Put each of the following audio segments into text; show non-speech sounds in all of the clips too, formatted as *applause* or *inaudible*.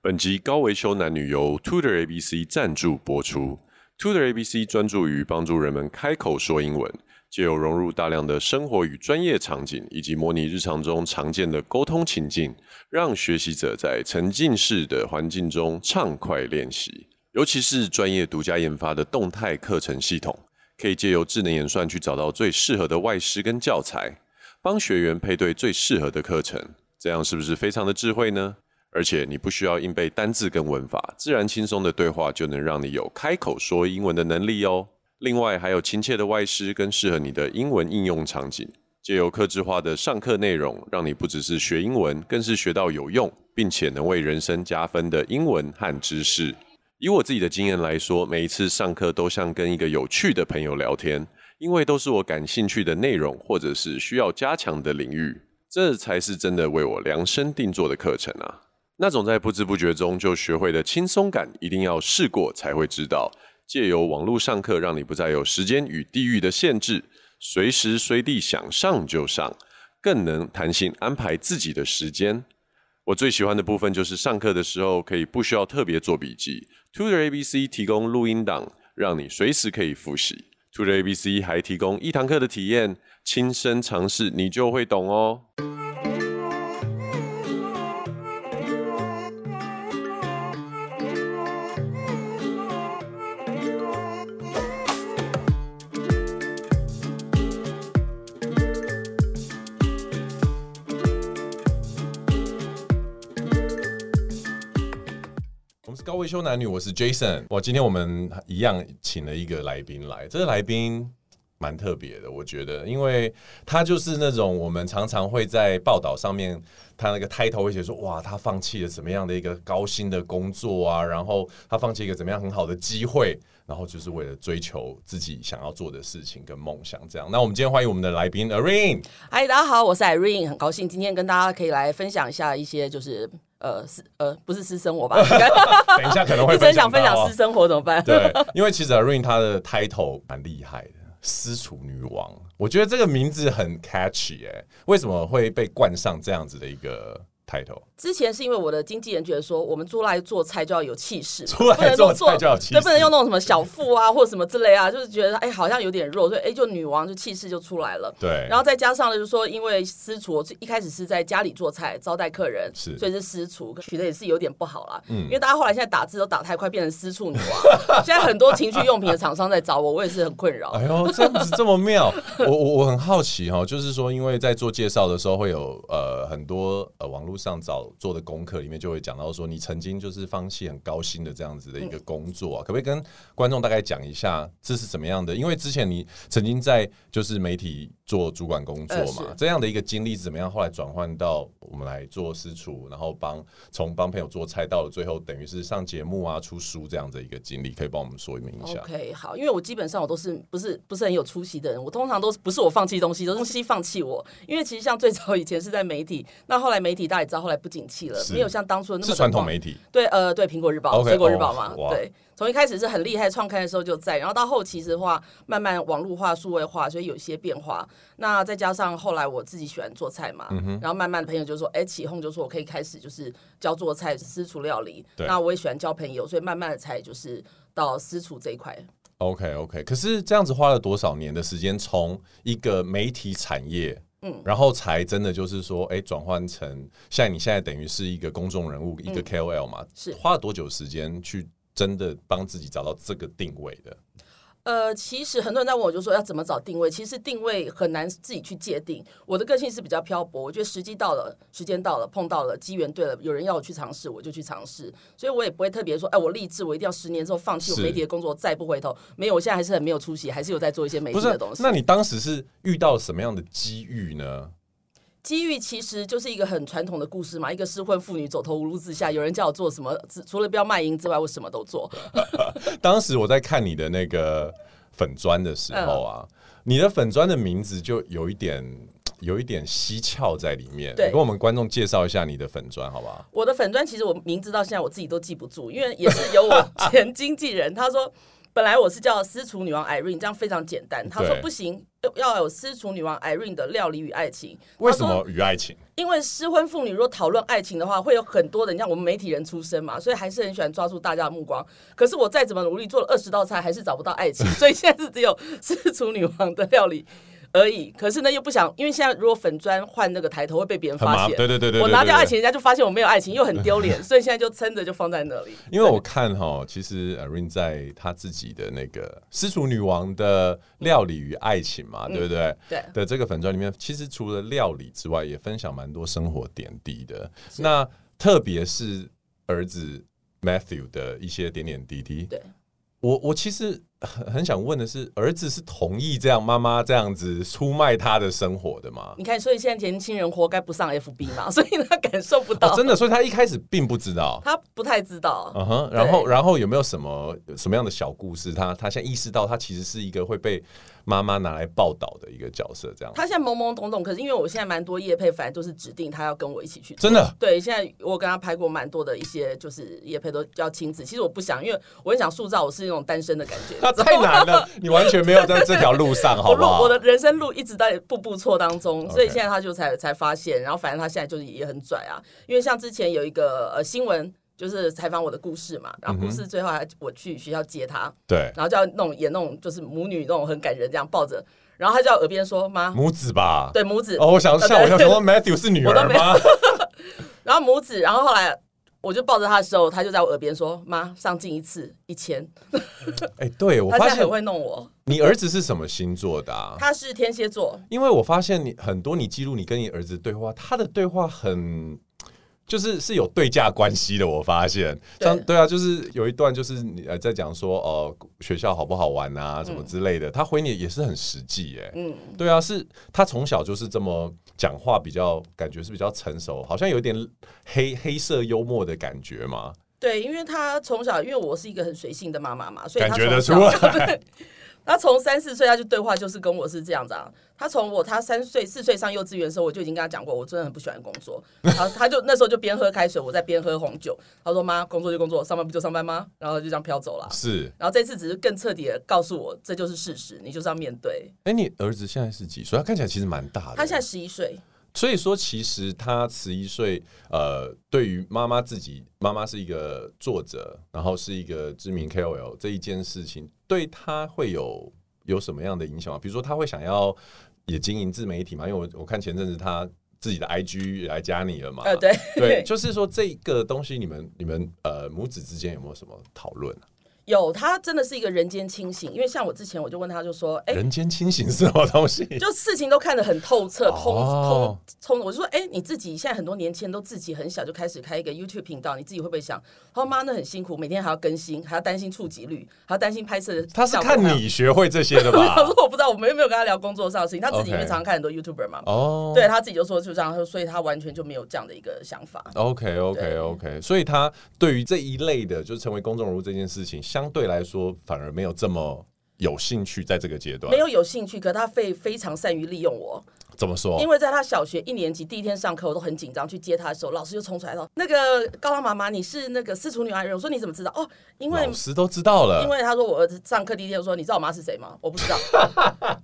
本集高维修男女由 Tutor ABC 赞助播出。Tutor ABC 专注于帮助人们开口说英文，借由融入大量的生活与专业场景，以及模拟日常中常见的沟通情境，让学习者在沉浸式的环境中畅快练习。尤其是专业独家研发的动态课程系统，可以借由智能演算去找到最适合的外师跟教材，帮学员配对最适合的课程。这样是不是非常的智慧呢？而且你不需要硬背单字跟文法，自然轻松的对话就能让你有开口说英文的能力哦。另外，还有亲切的外师跟适合你的英文应用场景，借由客制化的上课内容，让你不只是学英文，更是学到有用，并且能为人生加分的英文和知识。以我自己的经验来说，每一次上课都像跟一个有趣的朋友聊天，因为都是我感兴趣的内容，或者是需要加强的领域，这才是真的为我量身定做的课程啊。那种在不知不觉中就学会的轻松感，一定要试过才会知道。借由网络上课，让你不再有时间与地域的限制，随时随地想上就上，更能弹性安排自己的时间。我最喜欢的部分就是上课的时候可以不需要特别做笔记，Tutor ABC 提供录音档，让你随时可以复习。Tutor ABC 还提供一堂课的体验，亲身尝试你就会懂哦。我们是高维修男女，我是 Jason。哇，今天我们一样请了一个来宾来，这个来宾蛮特别的，我觉得，因为他就是那种我们常常会在报道上面，他那个 title 会写说，哇，他放弃了怎么样的一个高薪的工作啊，然后他放弃一个怎么样很好的机会，然后就是为了追求自己想要做的事情跟梦想这样。那我们今天欢迎我们的来宾 Irene。嗨，大家好，我是 Irene，很高兴今天跟大家可以来分享一下一些就是呃私呃不是私生活吧， *laughs* 等一下可能会一直很分想享 *laughs* 分到享哦私生活怎么办？ *laughs* 对，因为其实 Irene 她的 title 蛮厉害的，私厨女王。我觉得这个名字很 catchy 哎、为什么会被冠上这样子的一个 title？ *laughs* 之前是因为我的经纪人觉得说，我们出来做菜就要有气势嘛，出来不能做够菜就要有气势对不能用那种什么小腹啊或者什么之类啊，就是觉得哎好像有点弱，所以哎就女王就气势就出来了。对，然后再加上呢，就是说，因为私厨，我一开始是在家里做菜招待客人，是嗯所以是私厨，取的也是有点不好啦。因为大家后来现在打字都打太快，变成私处女王。现在很多情趣用品的厂商在找我，我也是很困扰。哎呦，这样子这么妙，我我我很好奇哈、哦，就是说，因为在做介绍的时候会有呃很多呃网络上找做的功课里面就会讲到说，你曾经就是放弃很高薪的这样子的一嗯个工作、啊，可不可以跟观众大概讲一下这是怎么样的？因为之前你曾经在就是媒体做主管工作呃嘛，是这样的一个经历是怎么样？后来转换到我们来做私厨，然后帮从帮朋友做菜到了最后，等于是上节目啊、出书这样的一个经历，可以帮我们说明一下。 OK，好，因为我基本上我都是不是不是很有出息的人，我通常都是不是我放弃东西，都是东西放弃我。因为其实像最早以前是在媒体，那后来媒体大家也知道，后来不景气了是，没有像当初的那么是传统广媒体，对，呃，对，《苹果日报》 OK，水果日报》嘛哦哇对。从一开始是很厉害，创刊的时候就在，然后到后期的话，慢慢网络化、数位化，所以有一些变化。那再加上后来我自己喜欢做菜嘛，嗯然后慢慢的朋友就说，哎，起哄就说我可以开始就是教做菜、私厨料理。对那我也喜欢交朋友，所以慢慢的才就是到私厨这一块。 OK OK，可是这样子花了多少年的时间，从一个媒体产业，嗯，然后才真的就是说，哎、转换成像你现在等于是一个公众人物，一个 KOL 嘛，嗯是花了多久时间去真的帮自己找到这个定位的？呃，其实很多人在问我，就说要怎么找定位。其实定位很难自己去界定。我的个性是比较漂泊，我觉得时机到了，时间到了，碰到了，机缘对了，有人要我去尝试，我就去尝试。所以我也不会特别说，哎，我立志，我一定要十年之后放弃我是媒体的工作，再不回头。没有，我现在还是很没有出息，还是有在做一些媒不体是啊的东，西那。你当时是遇到什么样的机遇呢？ *laughs* 机遇其实就是一个很传统的故事嘛，一个失婚妇女走投无路之下，有人叫我做什么，只除了不要卖淫之外，我什么都做。当时我在看你的那个粉砖的时候啊，嗯你的粉砖的名字就有一点有一点蹊跷在里面，对你跟我们观众介绍一下你的粉砖好不好？ *laughs* 我的粉砖其实我名字到现在我自己都记不住，因为也是由我前经纪人他说。本来我是叫私厨女王 Irene，这样非常简单。他说对不行，要要有私厨女王 Irene 的料理与爱情。为他什说么与爱情？因为失婚妇女如果讨论爱情的话，会有很多的，你像我们媒体人出身嘛，所以还是很喜欢抓住大家的目光。可是我再怎么努力做了二十道菜，还是找不到爱情， *laughs* 所以现在是只有私厨女王的料理而已。可是呢，又不想，因为现在如果粉砖换那个抬头会被别人很麻发烦，现，对对对对对，我拿掉对爱情，，人家就发现我没有爱情，又很丢脸，所以现在就撑着就放 *laughs* 在那里。因为我看哈，其实 Irene 在她自己的那个《私厨女王的料理与爱情》嘛，对不对？嗯对的这个粉砖里面，其实除了料理之外，也分享蛮多生活点滴的。那特别是儿子 Matthew 的一些点点滴滴。对，我我其实很很想问的是，儿子是同意这样妈妈这样子出卖他的生活的吗？你看，所以现在年轻人活该不上 FB 嘛， *laughs* 所以他感受不到，哦，真的，所以他一开始并不知道。他不太知道。嗯哼，然后然后有没有什么什么样的小故事？他他现在意识到，他其实是一个会被妈妈拿来报道的一个角色，这样他现在懵懵懂懂，可是因为我现在蛮多业配，反正就是指定他要跟我一起去做真 *laughs* 的对，现在我跟他拍过蛮多的一些，就是叶配都要亲子。其实我不想，因为我很想塑造我是那种单身的感觉。那 *laughs* 啊太难了，你完全没有在这条路上，好我不路好我？的人生路一直在步步错当中，所以 OK 现在他就才才发现，然后反正他现在就是也很拽啊，因为像之前有一个呃新闻。就是采访我的故事嘛，然嗯后故事最后还我去学校接他，对，然后就要那种演那种就是母女那种很感人这样抱着，然后他就在我耳边说妈，母子吧。对母子，哦，我想吓我一跳，想说 Matthew 是女我都儿没吗？然后母子，然后后来我就抱着他的时候，他就在我耳边说：“妈，上镜一次一千。 *laughs* 哎，对”我他发现在现很会弄我，你儿子是什么星座的啊？他是天蝎座，因为我发现你很多你记录你跟你儿子对话，他的对话很。就是是有对价关系的，我发现，对像对啊，就是有一段就是你呃在讲说哦、学校好不好玩啊什么之类的，他回你也是很实际耶、嗯，对啊，是他从小就是这么讲话，比较感觉是比较成熟，好像有点黑黑色幽默的感觉嘛，对，因为他从小，因为我是一个很随性的妈妈嘛，所以感他觉得从出小 *laughs* 来，他从三四岁他就对话就是跟我是这样子啊。他从我他三岁四岁上幼稚园的时候，我就已经跟他讲过，我真的很不喜欢工作。然后他就那时候就边喝开水，我在边喝红酒。他说：“妈，工作就工作，上班不就上班吗？”然后就这样飘走了。啊是。然后这次只是更彻底的告诉我，这就是事实，你就是要面对。哎、你儿子现在是几岁？他看起来其实蛮大的。他现在十一岁，所以说，其实他十一岁，呃，对于妈妈自己，妈妈是一个作者，然后是一个知名 KOL 这一件事情，对他会有有什么样的影响吗？比如说，他会想要也经营自媒体嘛？因为我我看前阵子他自己的 IG 也来加你了嘛，呃，对，对，就是说这个东西你，们你们呃母子之间有没有什么讨论啊、 *laughs* 有，他真的是一个人间清醒。因为像我之前我就问他，就说，哎、人间清醒是什么东西？ *laughs* 就事情都看得很透彻、通哦通通。我就说，哎、你自己现在很多年轻人都自己很小就开始开一个 YouTube 频道，你自己会不会想？他说妈，那很辛苦，每天还要更新，还要担心触及率，还要担心拍摄的效果。他是看还要。你学会这些的 *laughs* 他吧说？我不知道，我们又没有跟他聊工作上的事情，他自己因为 OK 常常看很多 YouTuber 嘛。哦，对他自己就说就这样，他说所以他完全就没有这样的一个想哦法。 OK OK 对 OK，所以他对于这一类的，就是成为公众人物这件事情，相对来说反而没有这么有兴趣，在这个阶段没有有兴趣，可他非非常善于利用我，怎么说？因为在他小学一年级第一天上课，我都很紧张去接他的时候，老师就冲出来说：“那个高浪妈妈，你是那个私厨女爱人。”我说：“你怎么知道？”哦，因为老师都知道了，因为他说我儿子上课第一天就说：“你知道我妈是谁吗？”我不知道。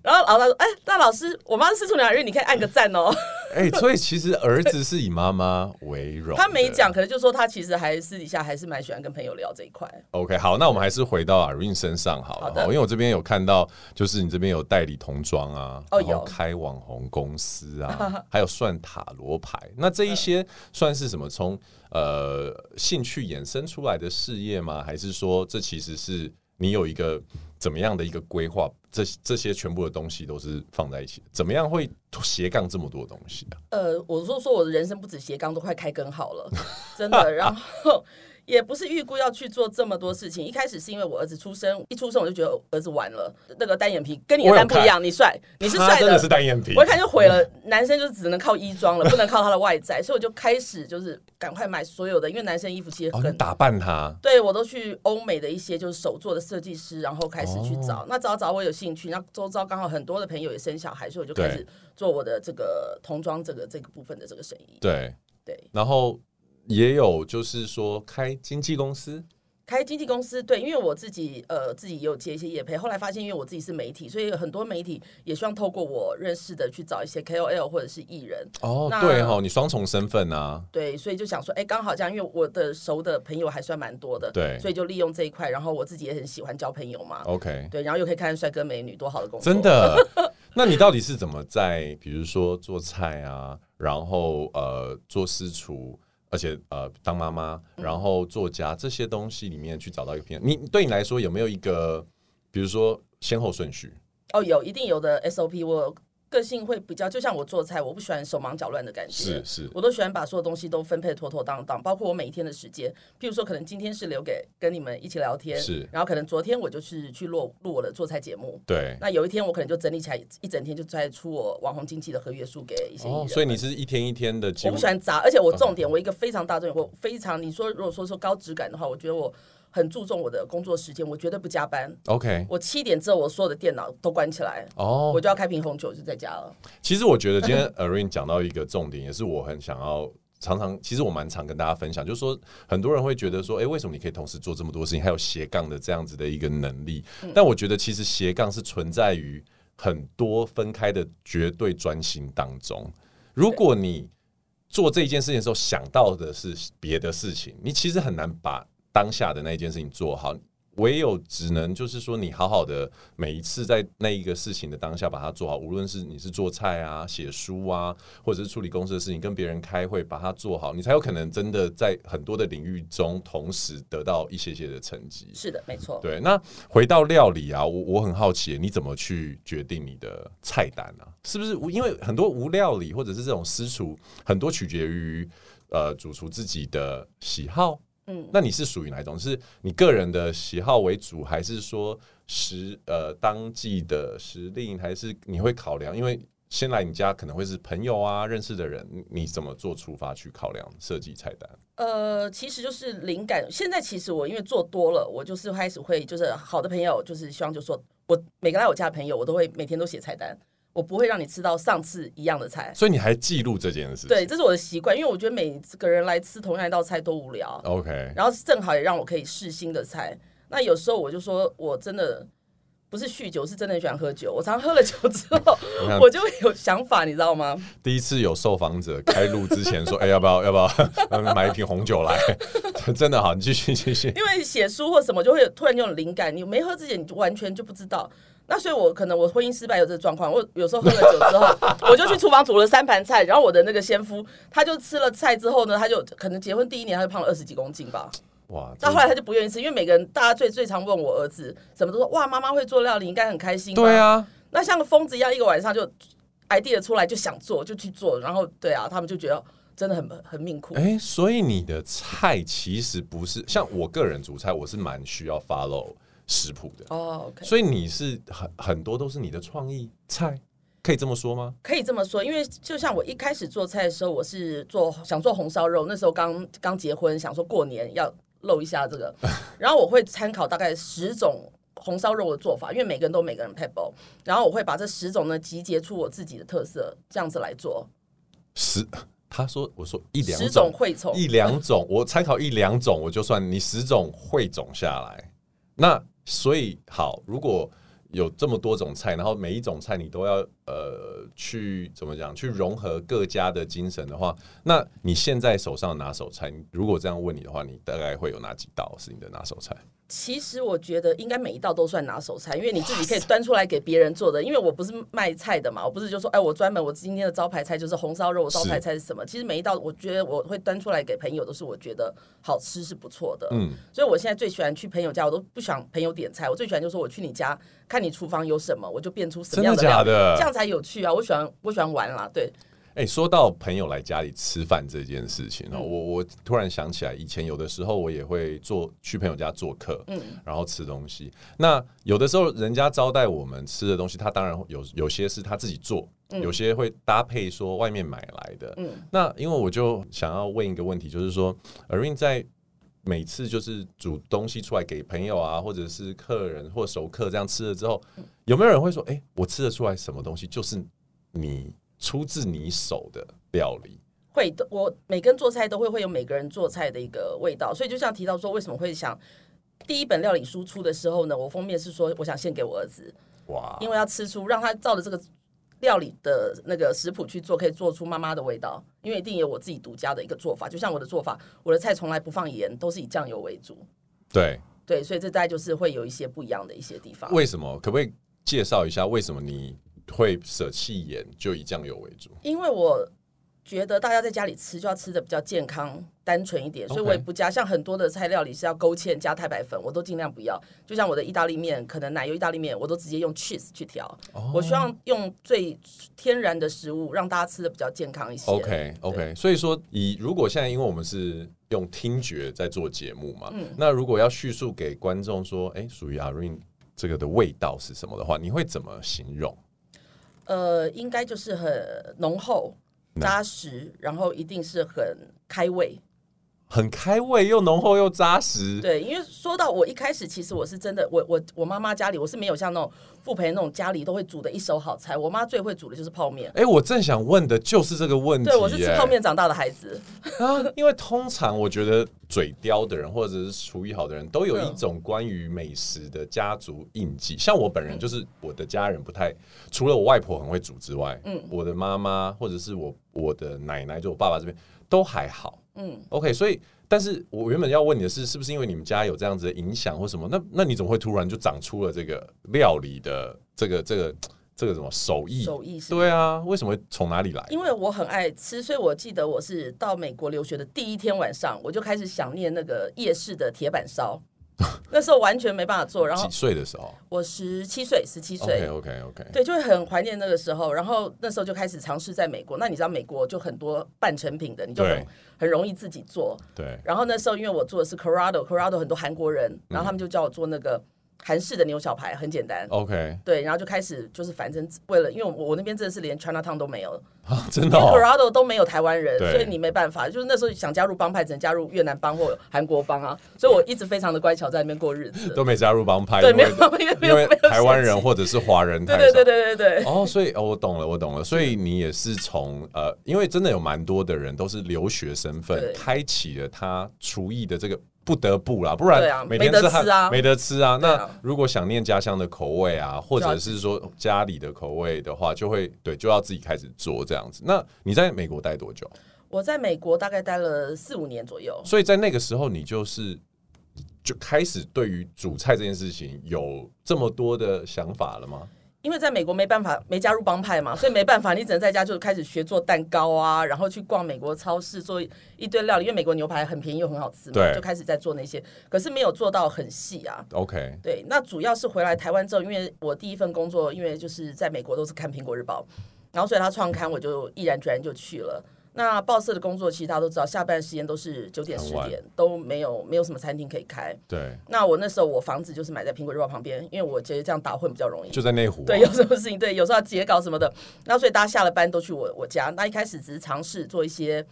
然后老师说：“哎，那老师，我妈是私厨女爱人，你可以按个赞哦。 *laughs* 哎、所以其实儿子是以妈妈为荣”的。他没讲，可能就说他其实还私底下还是蛮喜欢跟朋友聊这一块。 OK，好，那我们还是回到 Irene 身上好了，哦好的因为我这边有看到，就是你这边有代理童装啊，哦然后有开网红公司 *laughs* 啊，还有算塔罗牌，那这一些算是什么？从呃兴趣衍生出来的事业吗？还是说这其实是你有一个怎么样的一个规划？这这些全部的东西都是放在一起的，怎么样会斜杠这么多东西啊？呃，我说说我的人生不止斜杠，都快开根号了，真的。然后也不是预估要去做这么多事情。一开始是因为我儿子出生，一出生我就觉得儿子完了，那个单眼皮跟你的我有单不一样，你帅，你是他帅 *laughs* 真的是单眼皮嗯我，一看就毁了，男生就只能靠衣装了，不能靠他的外在，所以我就开始就是赶快买所有的，因为男生衣服其实哦，你很。打扮他，对，我都去欧美的一些就是手做的设计师，然后开始去找。哦那找找我有兴趣，那周遭刚好很多的朋友也生小孩，所以我就开对始做我的这个童装这个这个部分的这个生意。对，对，然后也有就是说开经纪公司，开经纪公司，对，因为我自己呃自己也有接一些业配，后来发现因为我自己是媒体，所以很多媒体也希望透过我认识的去找一些 KOL 或者是艺人，哦，那对哦，你双重身份啊，对，所以就想说，哎、刚好这样，因为我的熟的朋友还算蛮多的，对所以就利用这一块，然后我自己也很喜欢交朋友嘛， ，OK，对，然后又可以看帅哥美女，多好的工作，真。 *laughs* 的。那你到底是怎么在，比如说做菜啊，然后呃做私厨，而且呃当妈妈，嗯然后做家这些东西里面去找到一个平衡？你对你来说有没有一个，比如说先后顺序？哦，有一定有的 SOP，我个性会比较，就像我做菜，我不喜欢手忙脚乱的感觉，是是我都喜欢把所有东西都分配得妥妥当当，包括我每一天的时间。譬如说，可能今天是留给跟你们一起聊天，是然后可能昨天我就是去录录我的做菜节目。对，那有一天我可能就整理起来一整天，就在出我网红经纪的合约书给一些艺人、哦，所以你是一天一天的几我乎不喜欢杂，而且我重点，我一个非常大重点，我非常你说如果说说高质感的话，我觉得我很注重我的工作时间，我绝对不加班。 OK 我七点之后，我所有的电脑都关起来，哦我，就要开瓶红酒就在家了。其实我觉得今天 Arin 讲到一个重点，也是我很想要常常，其实我蛮常跟大家分享，就是说很多人会觉得说，哎、为什么你可以同时做这么多事情，还有斜杠的这样子的一个能力？但我觉得其实斜杠是存在于很多分开的绝对专心当中。如果你做这一件事情的时候想到的是别的事情，你其实很难把当下的那一件事情做好。唯有只能就是说，你好好的每一次在那一个事情的当下把它做好，无论是你是做菜啊、写书啊，或者是处理公司的事情、跟别人开会，把它做好，你才有可能真的在很多的领域中同时得到一些些的成绩。是的，没错。对，那回到料理啊，我我很好奇，你怎么去决定你的菜单啊？是不是无因为很多无料理或者是这种私厨，很多取决于呃主厨自己的喜好。嗯，那你是属于哪一种？是你个人的喜好为主，还是说时呃当季的时令，还是你会考量？因为先来你家可能会是朋友啊、认识的人，你你怎么做出发去考量设计菜单？呃，其实就是灵感。现在其实我因为做多了，我就是开始会，就是好的朋友，就是希望就说，我每个来我家的朋友，我都会每天都写菜单，我不会让你吃到上次一样的菜。所以你还记录这件事情？对，这是我的习惯，因为我觉得每个人来吃同样一道菜都无聊。 ，OK，然后正好也让我可以试新的菜。那有时候我就说我真的不是酗酒，是真的很喜欢喝酒。我常喝了酒之 *laughs* 后看，我就会有想法，你知道吗？第一次有受访者开录之前说：“哎、要不 *laughs* 要要不要买一瓶红酒来？” *laughs* 真的好，你继续继续。因为写书或什么就会有突然就有灵感，你没喝之前你就完全就不知道。那所以，我可能我婚姻失败有这个状况。我有时候喝了酒之后， *laughs* 我就去厨房煮了三盘菜，然后我的那个先夫他就吃了菜之后呢，他就可能结婚第一年他就胖了二十几公斤吧。哇，到后来他就不愿意吃，因为每个人大家最最常问我儿子，怎么都说哇，妈妈会做料理，应该很开心。对，啊，那像个疯子一样，一个晚上就 idea 出来就想做，就去做，然后对啊，他们就觉得真的很很命苦。哎、所以你的菜其实不是像我个人煮菜，我是蛮需要 follow 食谱的。哦，OK、o k 所以你是很很多都是你的创意菜，可以这么说吗？可以这么说，因为就像我一开始做菜的时候，我是做想做红烧肉，那时候刚刚结婚，想说过年要露一下这 *laughs* 个，然后我会参考大概十种。红烧肉的做法，因为每个人都有每个人 p e b b l 然后我会把这十种呢集结出我自己的特色，这样子来做，十，他说我说一两十种种，汇总。一两种，我参考一两种，我就算你十种汇总下来。那所以好，如果有这么多种菜，然后每一种菜你都要呃去怎么讲，去融合各家的精神的话，那你现在手上的拿手菜，你如果这样问你的话，你大概会有哪几道是你的拿手菜？其实我觉得应该每一道都算拿手菜，因为你自己可以端出来给别人做的。因为我不是卖菜的嘛，我不是就说，哎，我专门我今天的招牌菜就是红烧肉，我招牌菜是什么？其实每一道我觉得我会端出来给朋友，都是我觉得好吃是不错的。嗯，所以我现在最喜欢去朋友家，我都不想朋友点菜，我最喜欢就是我去你家看你厨房有什么，我就变出什么样真的料假理，的这样才有趣啊！我喜欢我喜欢玩啦，对，哎、说到朋友来家里吃饭这件事情哦，我我突然想起来，以前有的时候我也会做去朋友家做客，嗯，然后吃东西。那有的时候人家招待我们吃的东西，他当然有有些是他自己做，有些会搭配说外面买来的。嗯，那因为我就想要问一个问题，就是说 a r i n 在每次就是煮东西出来给朋友啊，或者是客人或熟客这样吃了之后，有没有人会说，哎、我吃得出来什么东西就是你出自你手的料理？会的，我每个人做菜都会会有每个人做菜的一个味道，所以就像提到说，为什么会想第一本料理书出的时候呢，我封面是说我想献给我儿子，哇，因为要吃出让他照着这个料理的那个食谱去做，可以做出妈妈的味道。因为一定有我自己独家的一个做法，就像我的做法，我的菜从来不放盐，都是以酱油为主。对，对，所以这大概就是会有一些不一样的一些地方。为什么？可不可以介绍一下为什么你会舍弃盐，就以酱油为主？因为我觉得大家在家里吃就要吃的比较健康、单纯一点，所以 OK 我也不加。像很多的菜料理是要勾芡加太白粉，我都尽量不要。就像我的意大利面，可能奶油意大利面，我都直接用 cheese 去调。哦我希望用最天然的食物，让大家吃的比较健康一些。 OK OK，所以说以如果现在因为我们是用听觉在做节目嘛，嗯那如果要叙述给观众说，哎、属于阿瑞这个的味道是什么的话，你会怎么形容？呃，应该就是很浓厚、扎实，然后一定是很开胃。很开胃，又浓厚又扎实。 *laughs* 对，因为说到我一开始，其实我是真的，我我我妈妈家里我是没有像那种傅培那种家里都会煮的一手好菜，我妈最会煮的就是泡面。哎、我正想问的就是这个问题、对，我是吃诶泡面长大的孩子，啊， *laughs* 因为通常我觉得嘴刁的人或者是厨艺好的人都有嗯一种关于美食的家族印记。像我本人就是我的家人不太，除了我外婆很会煮之外，嗯，我的妈妈或者是我我的奶奶，就我爸爸这边都还好，嗯嗯，OK，所以。但是我原本要问你的是，是不是因为你们家有这样子的影响或什么？那那你怎么会突然就长出了这个料理的这个这个这个什么手艺？手艺是。对啊，为什么会从哪里来？因为我很爱吃，所以我记得我是到美国留学的第一天晚上，我就开始想念那个夜市的铁 *laughs* 板烧。那时候完全没办法做，然后几岁的时候我十七岁，十七岁？OK，OK OK，对，就会很怀念那个时候。然后那时候就开始尝试在美国。那你知道美国就很多半成品的，你就对很很容易自己做。对，然后那时候因为我做的是 Corrado，Corrado 很多韩国嗯人，然后他们就叫我做那个韩式的牛小排，很简单。 OK 对，然后就开始就是反正为了，因为我我那边真的是连 China Town 都没有，啊，真的、因为哦， Corrado 都没有台湾人，对所以你没办法。就是那时候想加入帮派，只能加入越南帮或韩国帮啊，所以我一直非常的乖巧，在那边过日子。都没加入帮派，对，因没为有帮派，因为没因有没为有台湾人神奇或者是华人太对少。对对对对对，哦，所以哦，我懂了，我懂了。所以你也是从呃，因为真的有蛮多的人都是留学身份对，开启了他厨艺的这个不得不啦，不然对啊每天没得汉吃啊没得吃啊。那啊如果想念家乡的口味啊，或就者要是说家里的口味的话，就会对就要自己开始做这样子。那你在美国待多久？我在美国大概待了四五年左右，所以在那个时候，你就是就开始对于煮菜这件事情有这么多的想法了吗？因为在美国没办法没加入帮派嘛，所以没办法，你只能在家就开始学做蛋糕啊，然后去逛美国超市做一堆料理，因为美国牛排很便宜又很好吃嘛对，就开始在做那些，可是没有做到很细啊。 OK，对，那主要是回来台湾之后，因为我第一份工作，因为就是在美国都是看《苹果日报》，然后所以他创刊，我就毅然决然就去了。那报社的工作，其实大家都知道，下班时间都是九点很十晚点，都没有没有什么餐厅可以开。对，那我那时候我房子就是买在苹果日报旁边，因为我觉得这样打混比较容易。就在内湖、啊对，有什么事情，对，有时候要截稿什么的，那所以大家下了班都去我我家。那一开始只是尝试做一些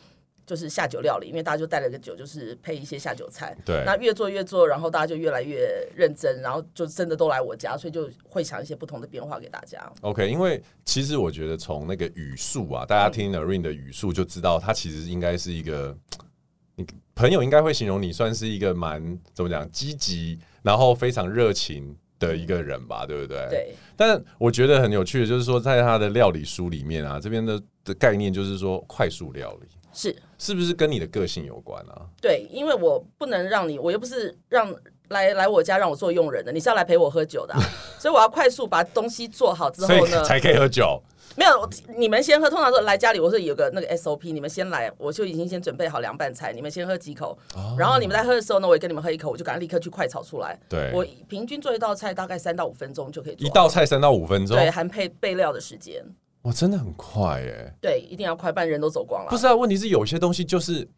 就是下酒料理，因为大家就带了个酒，就是配一些下酒菜。对那越做越做，然后大家就越来越认真，然后就真的都来我家，所以就会想一些不同的变化给大家。 OK，因为其实我觉得从那个语速啊，大家听 Arin 的语速就知道，他其实应该是一个，你朋友应该会形容你算是一个蛮怎么讲积极，然后非常热情的一个人吧，对不对？对，但我觉得很有趣的就是说，在他的料理书里面啊，这边的的概念就是说快速料理。是是不是跟你的个性有关啊？对，因为我不能让你，我又不是让。来来我家让我做佣人的，你是要来陪我 *laughs* 喝酒的啊、所以我要快速把东西做好之后所以呢，才可以喝酒。没有，你们先喝。通常说来家里，我说有个那个 SOP，你们先来，我就已经先准备好凉拌菜，你们先喝几口。哦然后你们在喝的时候呢，我也跟你们喝一口，我就赶快立刻去快炒出来。对我平均做一道菜大概三到五分钟就可以做一好。道哦菜三到五分钟，对，含配备料的时间，哇，真的很快耶、对，一定要快，不然人都走光了。不是啊，问题是有些东西就是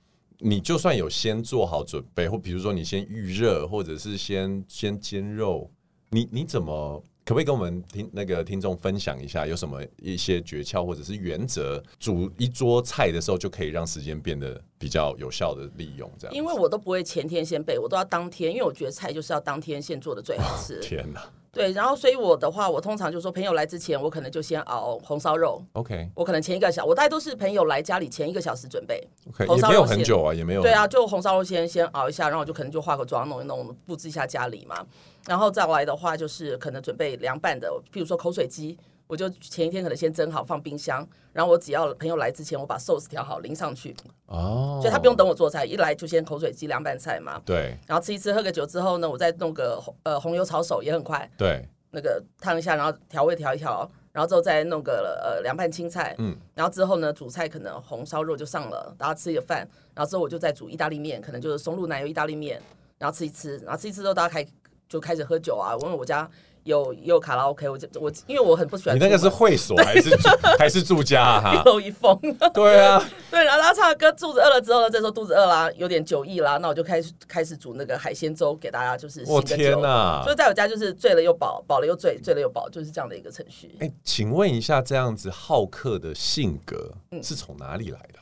你就算有先做好准备，或比如说你先预热，或者是先先煎肉，你你怎么可不可以跟我们听那个听众分享一下，有什么一些诀窍或者是原则，煮一桌菜的时候就可以让时间变得比比较有效的利用这样子。因为我都不会前天先备，我都要当天，因为我觉得菜就是要当天现做的最好吃。哦天哪对，然后所以我的话，我通常就说朋友来之前，我可能就先熬红烧肉， ，OK 我可能前一个小，我大概都是朋友来家里前一个小时准备。 OK，红也烧没有肉很馅久啊，也没有对啊，就红烧肉先先熬一下，然后我就可能就化个妆弄一弄，布置一下家里嘛。然后再来的话，就是可能准备凉拌的，譬如说口水鸡，我就前一天可能先蒸好放冰箱，然后我只要朋友来之前，我把寿司调好淋上去，哦，所以他不用等我做菜，一来就先口水鸡凉拌菜嘛。对然后吃一吃，喝个酒之后呢，我再弄个红呃红油炒手也很快，对那个烫一下，然后调味调一调，然后之后再弄个呃凉拌青菜，嗯嗯，然后之后呢主菜可能红烧肉就上了，然后吃一个饭，然后之后我就再煮意大利面，可能就是松露奶油意大利面，然后吃一吃，然后吃一吃之后大家开就开始喝酒啊，因为我家有也有卡拉 OK，我就我因为我很不喜欢你那个是出门会所还是 *laughs* 住还是住家啊一 *laughs* 哈？楼一风，对啊，对，然后他唱歌肚子饿了之后呢，这时候肚子饿啦，有点酒意啦，那我就开始开始煮那个海鲜粥给大家，就是我醒个天酒哪所以在我家就是醉了又饱，饱了又醉，醉了又饱，就是这样的一个程序。哎、请问一下，这样子好客的性格嗯是从哪里来的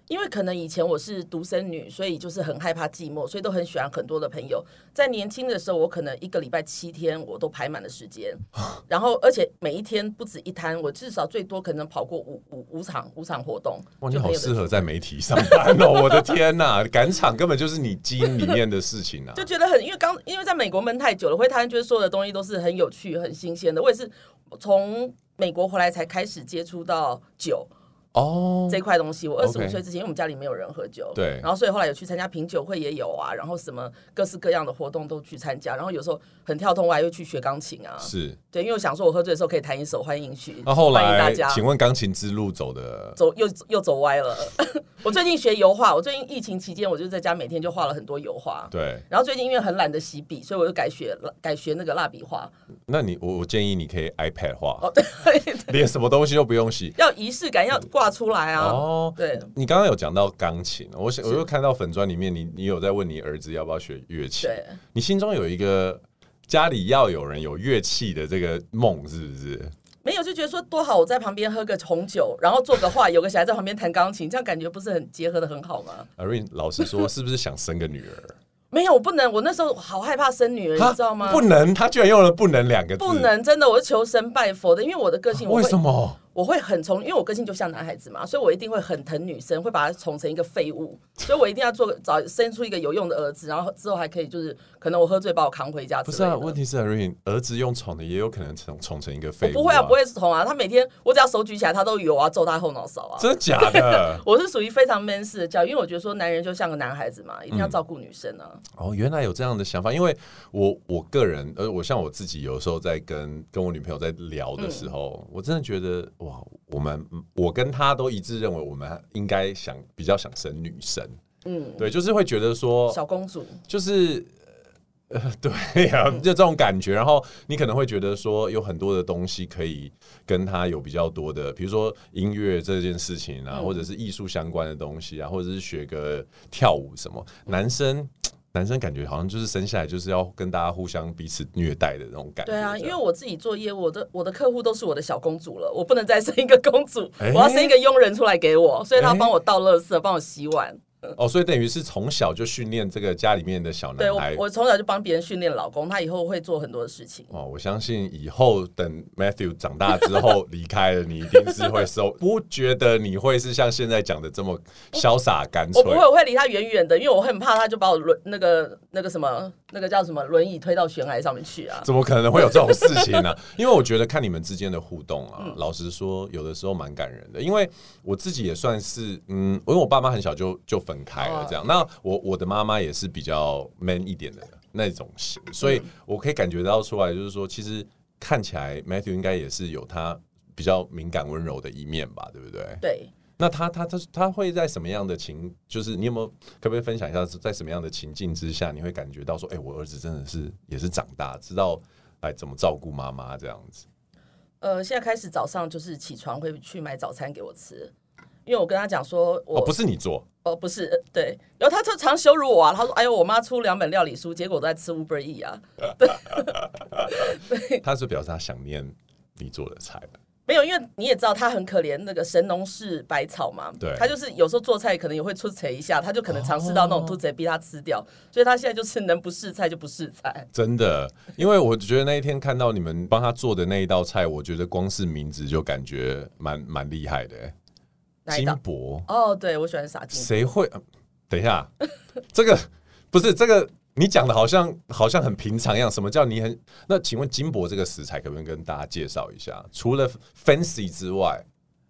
啊、因为可能以前我是独生女，所以就是很害怕寂寞，所以都很喜欢很多的朋友。在年轻的时候，我可能一个礼拜七天我都排满了时间，啊然后而且每一天不止一摊，我至少最多可能跑过五五五场五场活动。哇，你就好朋友的适合在媒体上班哦！我的天呐，赶场根本就是你基因里面的事情啊！就觉得很，因为刚因为在美国闷太久了，回台湾觉得所有的东西都是很有趣、很新鲜的。我也是从美国回来才开始接触到酒哦这块东西。我二十 OK 五岁之前，因为我们家里没有人喝酒，对然后所以后来有去参加品酒会也有啊，然后什么各式各样的活动都去参加，然后有时候很跳通，我还会去学钢琴啊。是。对，因为我想说，我喝醉的时候可以弹一首欢迎曲，那后欢迎大来家，。请问钢琴之路走的走又又走歪了。 *laughs* 我最近学油画，我最近疫情期间，我就在家每天就画了很多油画。对？然后最近因为很懒得洗笔，所以我就改学改学那个蜡笔画。那你我我建议你可以 iPad 画，哦，对， *laughs* 连什么东西都不用洗要仪式感，要挂出来啊。哦。对，你刚刚有讲到钢琴，我想我又看到粉砖里面你你有在问你儿子要不要学乐器，对你心中有一个家里要有人有乐器的这个梦是不是？没有就觉得说多好，我在旁边喝个红酒，然后做个画，有个小孩在旁边弹钢琴，这样感觉不是很结合的很好吗？阿瑞老实说，是不是想生个女 *laughs* 儿？没有，我不能，我那时候好害怕生女儿，他你知道吗？不能，他居然用了“不能”两个字，不能，真的，我是求神拜佛啊的，因为我的个性，我为会什么？我会很宠，因为我个性就像男孩子嘛，所以我一定会很疼女生，会把她宠成一个废物，所以我一定要做个找生出一个有用的儿子，然后之后还可以就是可能我喝醉把我扛回家之不类是的。啊，问题是 i r 儿子用宠的也有可能宠宠成一个废物、不会啊，不，会捅啊，他每天我只要手举起来，他都有啊，揍他后脑勺 *laughs* 啊。？真的假的我是属于非常 man 式的教育，因为我觉得说男人就像个男孩子嘛，一嗯定要照顾女生啊。哦，原来有这样的想法，因为我我个人，呃，我像我自己，有时候在跟跟我女朋友在聊的时候，我真的觉得哇，我们我跟她都一致认为，我们应该想比较想生女生，嗯，对，就是会觉得说，小公主，哎就是。呃，对 *laughs* 呀、就这种感觉。然后你可能会觉得说，有很多的东西可以跟他有比较多的，比如说音乐这件事情嗯啊，或者是艺术相关的东西啊，或者是学个跳舞什么。男生，男生感觉好像就是生下来就是要跟大家互相彼此虐待的那种感觉对这样。啊，因为我自己做业务，我的我的客户都是我的小公主了，我不能再生一个公主，哎我要生一个佣人出来给我，所以哎他帮我倒垃圾，帮我洗碗。哦，所以等于是从小就训练这个家里面的小对男我孩，。我从小就帮别人训练老公，他以后会做很多的事情。哦，我相信以后等 Matthew 长大之 *laughs* 后离开了，你一定是会收。不觉得你会是像现在讲的这么潇洒干我脆不？会，我会离他远远的，因为我很怕他就把我轮那个那个什么那个叫什么轮椅推到悬崖上面去啊。怎么可能会有这种事情呢、 *laughs* 因为我觉得看你们之间的互动啊，老实说，有的时候蛮感人的。因为我自己也算是，嗯，因为我爸妈很小就就分开了，这样。那我我的妈妈也是比较 man 一点的那种型，所以我可以感觉到出来，就是说，其实看起来 Matthew 应该也是有他比较敏感温柔的一面吧，对不对？对，那他他他他会在什么样的情，就是你有没有可不可以分享一下，在什么样的情境之下，你会感觉到说，哎、我儿子真的是也是长大，知道来怎么照顾妈妈这样子。呃，现在开始早上就是起床会去买早餐给我吃，因为我跟他讲说我哦，不是你做，哦不是呃对，然后他就常羞辱我啊，他说哎呦我妈出两本料理书，结果我都在吃 Uber E 啊，他是表示他想念你做的菜。没有，因为你也知道他很可怜，那个神农氏百草嘛，对他就是有时候做菜可能也会出贼一下，他就可能尝试到那哦种突贼逼他吃掉，所以他现在就是能不试菜就不试菜。真的，因为我觉得那一天看到你们帮他做的那一道菜，我觉得光是名字就感觉蛮蛮厉害的、哪一金道箔，哦，对我喜欢撒金箔，谁会？呃等一下，这个不是这个，你讲的好像好像很平常一样。什么叫你很？那请问金箔这个食材可不可以跟大家介绍一下？除了 fancy 之外，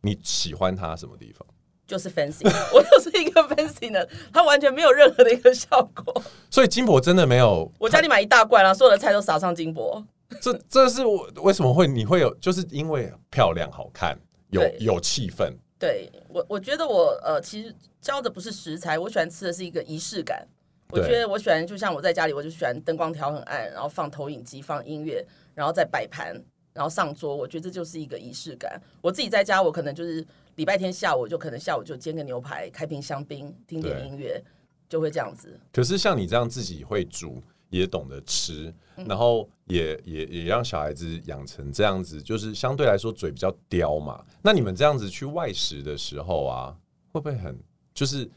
你喜欢它什么地方？就是 fancy，我就是一个 fancy 的，他完全没有任何的一个效果。所以金箔真的没有，我家里买一大罐然后啊所有的菜都撒上金箔，这这是我为什么会你会有，就是因为漂亮好看，有对有气氛。对我，我觉得我呃，其实教的不是食材，我喜欢吃的是一个仪式感。我对觉得我喜欢，就像我在家里，我就喜欢灯光调很暗，然后放投影机，放音乐，然后再摆盘，然后上桌。我觉得这就是一个仪式感。我自己在家，我可能就是礼拜天下午，我就可能下午就煎个牛排，开瓶香槟，听点对音乐，就会这样子。可是像你这样自己会煮，也懂得吃，嗯然后也也也让小孩子养成这样子，就是相对来说嘴比较刁嘛。那你们这样子去外食的时候啊，会不会很就是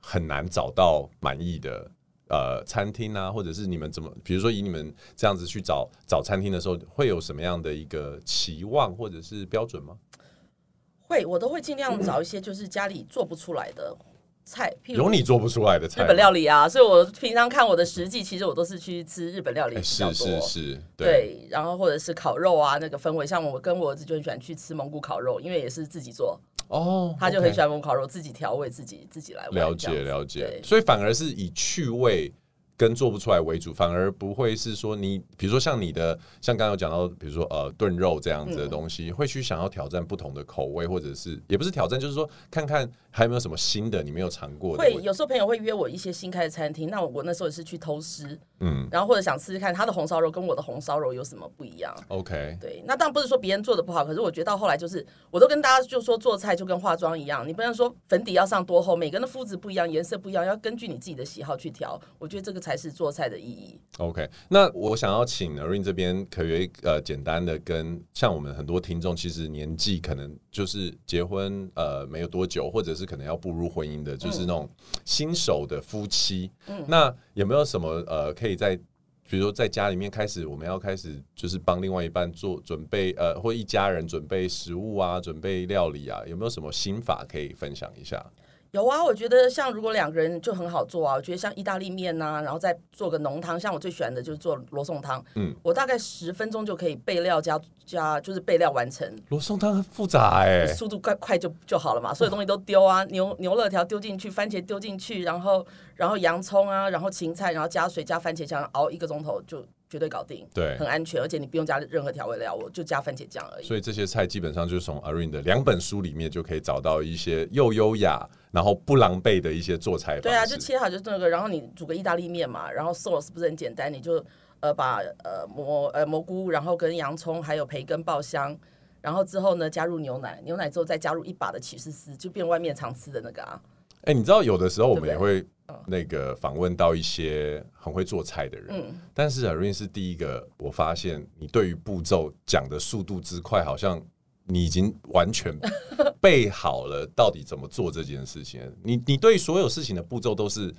很难找到满意的？呃，餐厅啊，或者是你们怎么，比如说以你们这样子去找找餐厅的时候，会有什么样的一个期望或者是标准吗？会，我都会尽量找一些就是家里做不出来的菜，譬如有你做不出来的菜日吗，本料理啊。所以我平常看我的实际，其实我都是去吃日本料理哎，比较是多。是是，对对，然后或者是烤肉啊，那个氛围，像我跟我儿子就很喜欢去吃蒙古烤肉，因为也是自己做，哦，他就 OK 很喜欢蒙古烤肉，自己调味，自己自己来玩。了这解样子了解对，所以反而是以趣味跟做不出来为主，反而不会是说你，比如说像你的，像刚刚有讲到，比如说呃炖肉这样子嗯的东西，会去想要挑战不同的口味，或者是也不是挑战，就是说看看还有没有什么新的你没有尝过的会味，有时候朋友会约我一些新开的餐厅，那我我那时候也是去偷师，嗯然后或者想试试看他的红烧肉跟我的红烧肉有什么不一样。 ，OK，对，那当然不是说别人做的不好，可是我觉得到后来就是，我都跟大家就说做菜就跟化妆一样，你不能说粉底要上多厚，每个人的肤质不一样，颜色不一样，要根据你自己的喜好去调。我觉得这个才是做菜的意义。 OK，那我想要请 n a r i n 这边，可不可以呃简单的跟像我们很多听众，其实年纪可能就是结婚呃没有多久，或者是可能要步入婚姻的，就是那种新手的夫妻，那有没有什么呃可以在比如说在家里面开始，我们要开始就是帮另外一半做准备，呃，或一家人准备食物啊，准备料理啊，有没有什么心法可以分享一下？有啊，我觉得像如果两个人就很好做啊，我觉得像意大利面呐、然后再做个浓汤，像我最喜欢的就是做罗宋汤，嗯嗯，我大概十分钟就可以备料加加，就是备料完成，罗宋汤很复杂哎、速度快快就就好了嘛，所有东西都丢啊，牛牛肋条丢进去，番茄丢进去，然后然后洋葱啊，然后芹菜，然后加水加番茄酱，熬一个钟头就绝对搞定，对很安全，而且你不用加任何调味料，我就加番茄酱而已。所以这些菜基本上就是从 Arin 的两本书里面就可以找到一些又优雅，然后不狼狈的一些做菜方式。对啊，就切好就是那个，然后你煮个意大利面嘛，然后 sauce 不是很简单，你就呃把呃蘑呃蘑菇，然后跟洋葱还有培根爆香，然后之后呢加入牛奶，牛奶之后再加入一把的起司丝，就变外面常吃的那个啊。哎、你知道有的时候我们对也不对嗯会那个访问到一些很会做菜的人，嗯但是 Arin 是第一个，我发现你对于步骤讲的速度之快，好像你已经完 *laughs* 全备好了到底怎么做这件事情。你你对所有事情的步骤都是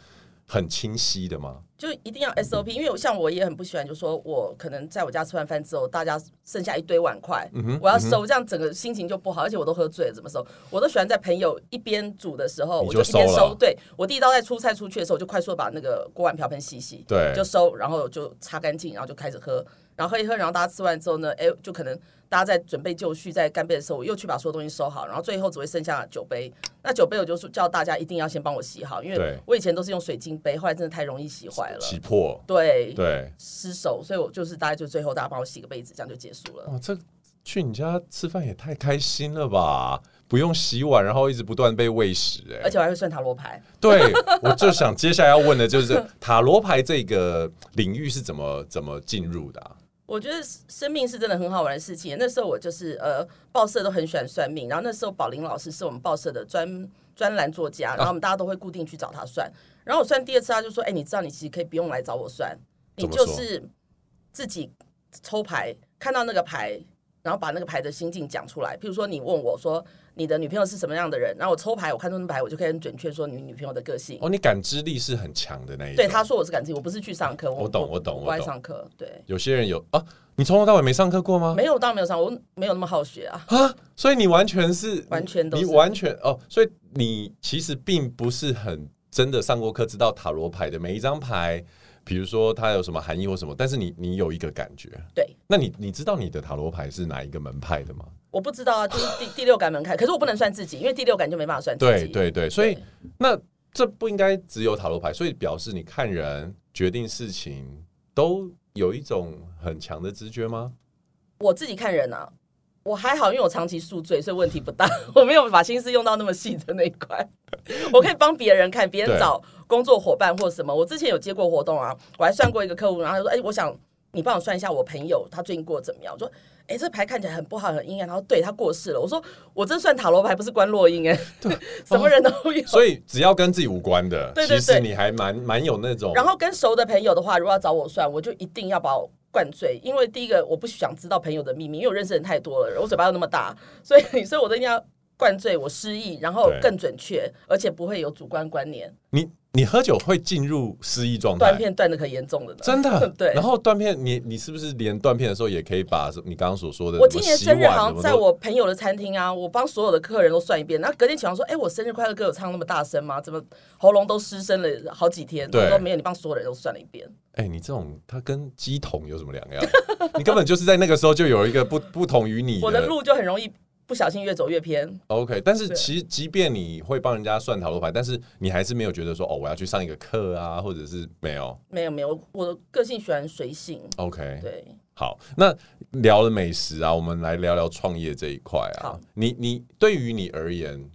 很清晰的吗？就一定要 SOP，因为我像我也很不喜欢，就说我可能在我家吃完饭之后，大家剩下一堆碗筷，嗯我要收，这样整个心情就不好，而且我都喝醉了，怎么收？我都喜欢在朋友一边煮的时候，你我就就一边收了收。对我第一道在出菜出去的时候，我就快速地把那个锅碗瓢盆洗洗，对就收，然后就擦干净，然后就开始喝，然后喝一喝，然后大家吃完之后呢，哎，就可能大家在准备就绪，在干杯的时候，我又去把所有东西收好，然后最后只会剩下酒杯。那酒杯我就是叫大家一定要先帮我洗好，因对为我以前都是用水晶杯，后来真的太容易洗坏了，起破，对，对。失手，所以我就是大概就最后大家帮我洗个杯子，这样就结束了。哇，哦这去你家吃饭也太开心了吧！不用洗碗，然后一直不断被喂食、哎，而且我还会算塔罗牌，对，我就想接下来要问的就是塔罗牌这个领域是怎么怎么进入的、啊？我觉得生命是真的很好玩的事情。那时候我就是呃，报社都很喜欢算命，然后那时候宝林老师是我们报社的专专栏作啊家，然后我们大家都会固定去找他算。然后我算第二次，他就说：“哎、你知道你其实可以不用来找我算，你怎么就说是自己抽牌，看到那个牌然后把那个牌的心境讲出来。譬如说，你问我说你的女朋友是什么样的人，然后我抽牌，我看中的牌，我就可以很准确说你女朋友的个性。哦，你感知力是很强的那一种。对，他说我是感情，我不是去上课，我懂我懂我我不爱懂上课，对，有些人有啊，你从头到尾没上课过吗？没有，当然没有上，我没有那么好学啊，啊，所以你完全是完全都你是完全哦，所以你其实并不是很真的上过课，知道塔罗牌的每一张牌，比如说它有什么含义或什么，但是你你有一个感觉。对，那你你知道你的塔罗牌是哪一个门派的吗？我不知道啊，就是第第六感门槛，可是我不能算自己，因为第六感就没办法算自对己。对对，所以那这不应该只有塔罗牌，所以表示你看人决定事情都有一种很强的直觉吗？我自己看人啊，我还好，因为我长期宿醉，所以问题不大，我没有把心思用到那么细的那一块。 *laughs* 我可以帮别人看，别人对找工作伙伴或什么。我之前有接过活动啊，我还算过一个客户，然后他说：“哎、我想你帮我算一下我朋友他最近过得怎么样。”我说：“哎、这牌看起来很不好，很阴暗。”然后对他过世了。我说：“我这算塔罗牌，不是观落阴哎， *laughs* 什么人都有。所以只要跟自己无关的，哦对对其实对你还蛮蛮有那种。然后跟熟的朋友的话，如果要找我算，我就一定要把我灌醉，因为第一个我不想知道朋友的秘密，因为我认识人太多了，我嘴巴又那么大，所以所以我都一定要灌醉我失忆，然后对更准确，而且不会有主观观念，你你喝酒会进入失忆状态断，片断的可严重了呢。真的 *laughs* 对然后断片，你你是不是连断片的时候也可以把你刚刚所说的我什今么年洗生日碗好什像么在都我朋友的餐厅啊，我帮所有的客人都算一遍，然后隔天起床说：“哎、我生日快乐歌有唱那么大声吗？怎么喉咙都失声了好几天？”对我说：“没有，你帮所有人都算了一遍。哎、你这种它跟鸡桶有什么两样？ *laughs* 你根本就是在那个时候就有一个不不同于你”我的路就很容易不小心越走越偏。 OK，但是对其实即便你会帮人家算塔罗牌，但是你还是没有觉得说哦，我要去上一个课啊，或者是没有没有没有，我我的个性喜欢随性。 OK。对，好，那聊了美食啊，我们来聊聊创业这一块啊好。你你对于你而言，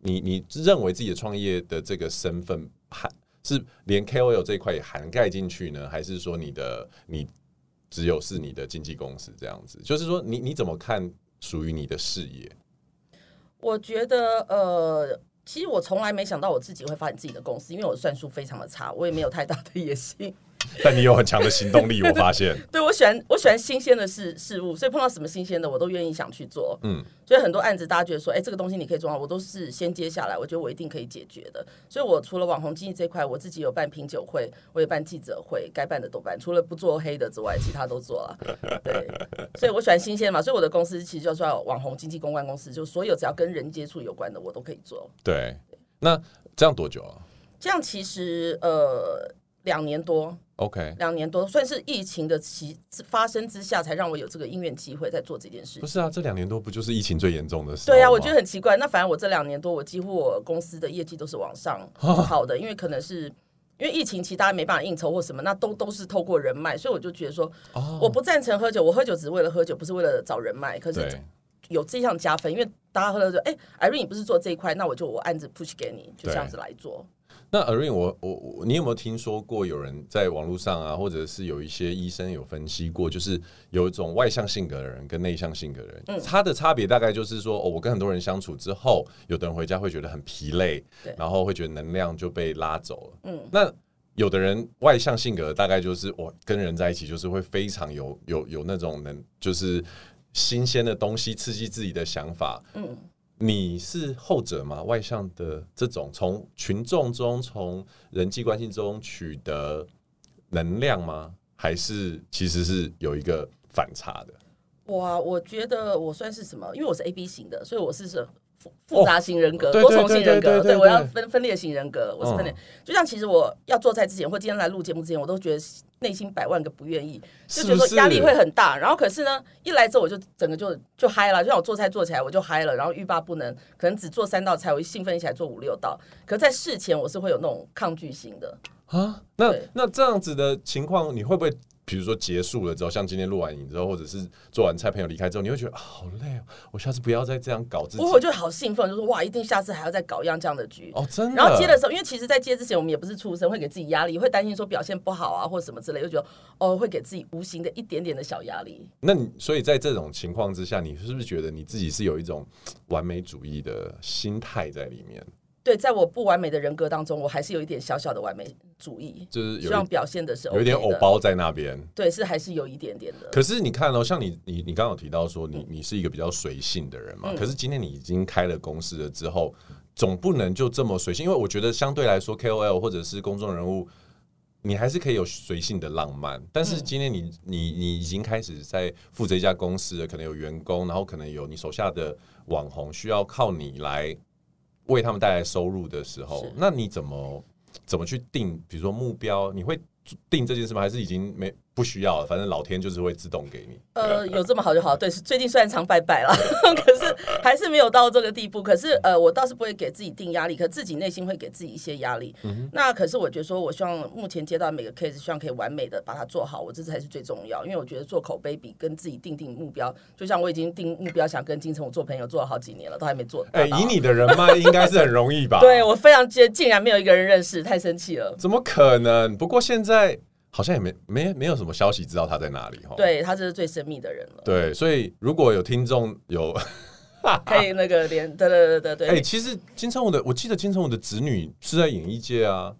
你你认为自己的创业的这个身份涵是连 KOL 这一块也涵盖进去呢，还是说你的你只有是你的经纪公司这样子？就是说你你怎么看属于你的事业？我觉得呃，其实我从来没想到我自己会发展自己的公司，因为我算术非常的差，我也没有太大的 *laughs* 野心。但你有很强的行动 *laughs* 力，我发现。对我喜欢我喜欢新鲜的事事物，所以碰到什么新鲜的我都愿意想去做。嗯嗯，所以很多案子大家觉得说，哎、这个东西你可以做好，我都是先接下来，我觉得我一定可以解决的。所以我除了网红经济这一块，我自己有办品酒会，我也办记者会，该办的都办，除了不做黑的之外，其他都做了。对，所以我喜欢新鲜嘛，所以我的公司其实就算网红经济公关公司，就所有只要跟人接触有关的我都可以做。对，那这样多久啊这样其实呃两年多， ？OK，两年多算是疫情的其发生之下，才让我有这个因缘机会在做这件事不情。是啊，哦这两年多不就是疫情最严重的时候吗？对啊，我觉得很奇怪。那反正我这两年多，我几乎我公司的业绩都是往上好的，因为可能是因为疫情，其他没办法应酬或什么，那都都是透过人脉，所以我就觉得说，哦我不赞成喝酒，我喝酒只是为了喝酒，不是为了找人脉。可是对有这项加分，因为大家喝了就哎，艾瑞你不是做这一块，那我就我案子 push 给你，就这样子来做。那 a r i n 我我我，你有没有听说过有人在网络上啊，或者是有一些医生有分析过，就是有一种外向性格的人跟内向性格的人，他的差别大概就是说，哦，我跟很多人相处之后，有的人回家会觉得很疲累对，然后会觉得能量就被拉走了。嗯，那有的人外向性格大概就是我跟人在一起就是会非常有有有那种能就是新鲜的东西刺激自己的想法，嗯。你是后者吗？外向的这种从群众中、从人际关系中取得能量吗？还是其实是有一个反差的？哇，我觉得我算是什么？因为我是 A B 型的，所以我是是复复杂型人格、哦对对多重性对人对格。对对我要分分裂型人格，我是嗯分裂。就像其实我要做菜之前，或今天来录节目之前，我都觉得内心百万个不愿意，就是觉得不说是压力会很大。然后可是呢，一来之后我就整个就就嗨了，就像我做菜做起来我就嗨了，然后欲罢不能，可能只做三道菜，我一兴奋起来做五六道。可在事前我是会有那种抗拒型的，啊？那对那这样子的情况，你会不会比如说结束了之后，像今天录完影之后，或者是做完菜，朋友离开之后，你会觉得、啊、好累哦，我下次不要再这样搞自己我我就好兴奋，就说哇，一定下次还要再搞一样这样的局。哦，真的。然后接的时候，因为其实，在接之前，我们也不是出生，会给自己压力，会担心说表现不好啊，或什么之类，就觉得哦，会给自己无形的一点点的小压力。那你所以在这种情况之下，你是不是觉得你自己是有一种嘖完美主义的心态在里面？对，在我不完美的人格当中，我还是有一点小小的完美主义，就是希有望一表现的是、OK、有一点偶，包在那边。对，是还是有一点点的。可是你看哦，像你你你刚刚有提到说嗯你你是一个比较随性的人嘛，可是今天你已经开了公司了之后，总不能就这么随性，因为我觉得相对来说 KOL 或者是公众人物，你还是可以有随性的浪漫。但嗯是今天你你你已经开始在负责一家公司了，可能有员工，然后可能有你手下的网红需要靠你来为他们带来收入的时候是，那你怎么怎么去定？比如说目标，你会定这件事吗？还是已经没不需要了？反正老天就是会自动给你。 *laughs* 呃，有这么好就好。对，是最近虽然常拜拜了， *laughs* 可是还是没有到这个地步。可是呃，我倒是不会给自己定压力，可自己内心会给自己一些压力。嗯那可是我觉得说，我希望目前接到每个 case，希望可以完美的把它做好，我这才是最重要。因为我觉得做口碑比跟自己定定目标，就像我已经定目标想跟金城武做朋友做了好几年了，都还没做哎、达到。以你的人脉应该是很容易吧？ *laughs* 对啊我非常觉得竟然没有一个人认识，太生气了。怎么可能？不过现在好像也没没没有什么消息知道他在哪里哈。对他就是最神秘的人了，对，所以如果有听众有，可以那个连对对对对哎、对，其实金城武的，我记得金城武的子女是在演艺界啊。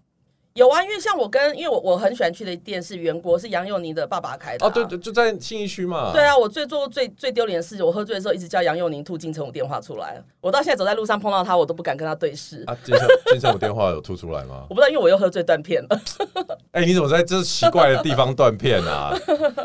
有啊，因为像我跟因为我我很喜欢去的店是袁国，是杨佑宁的爸爸开的、啊哦，对。对，就在信义区嘛。对啊，我最做过最最丢脸的事情，我喝醉的时候一直叫杨佑宁吐金城武电话出来。我到现在走在路上碰到他，我都不敢跟他对视。啊，金城金城武电话有吐出来吗？我不知道，因为我又喝醉断片了。哎、你怎么在这奇怪的地方断片啊？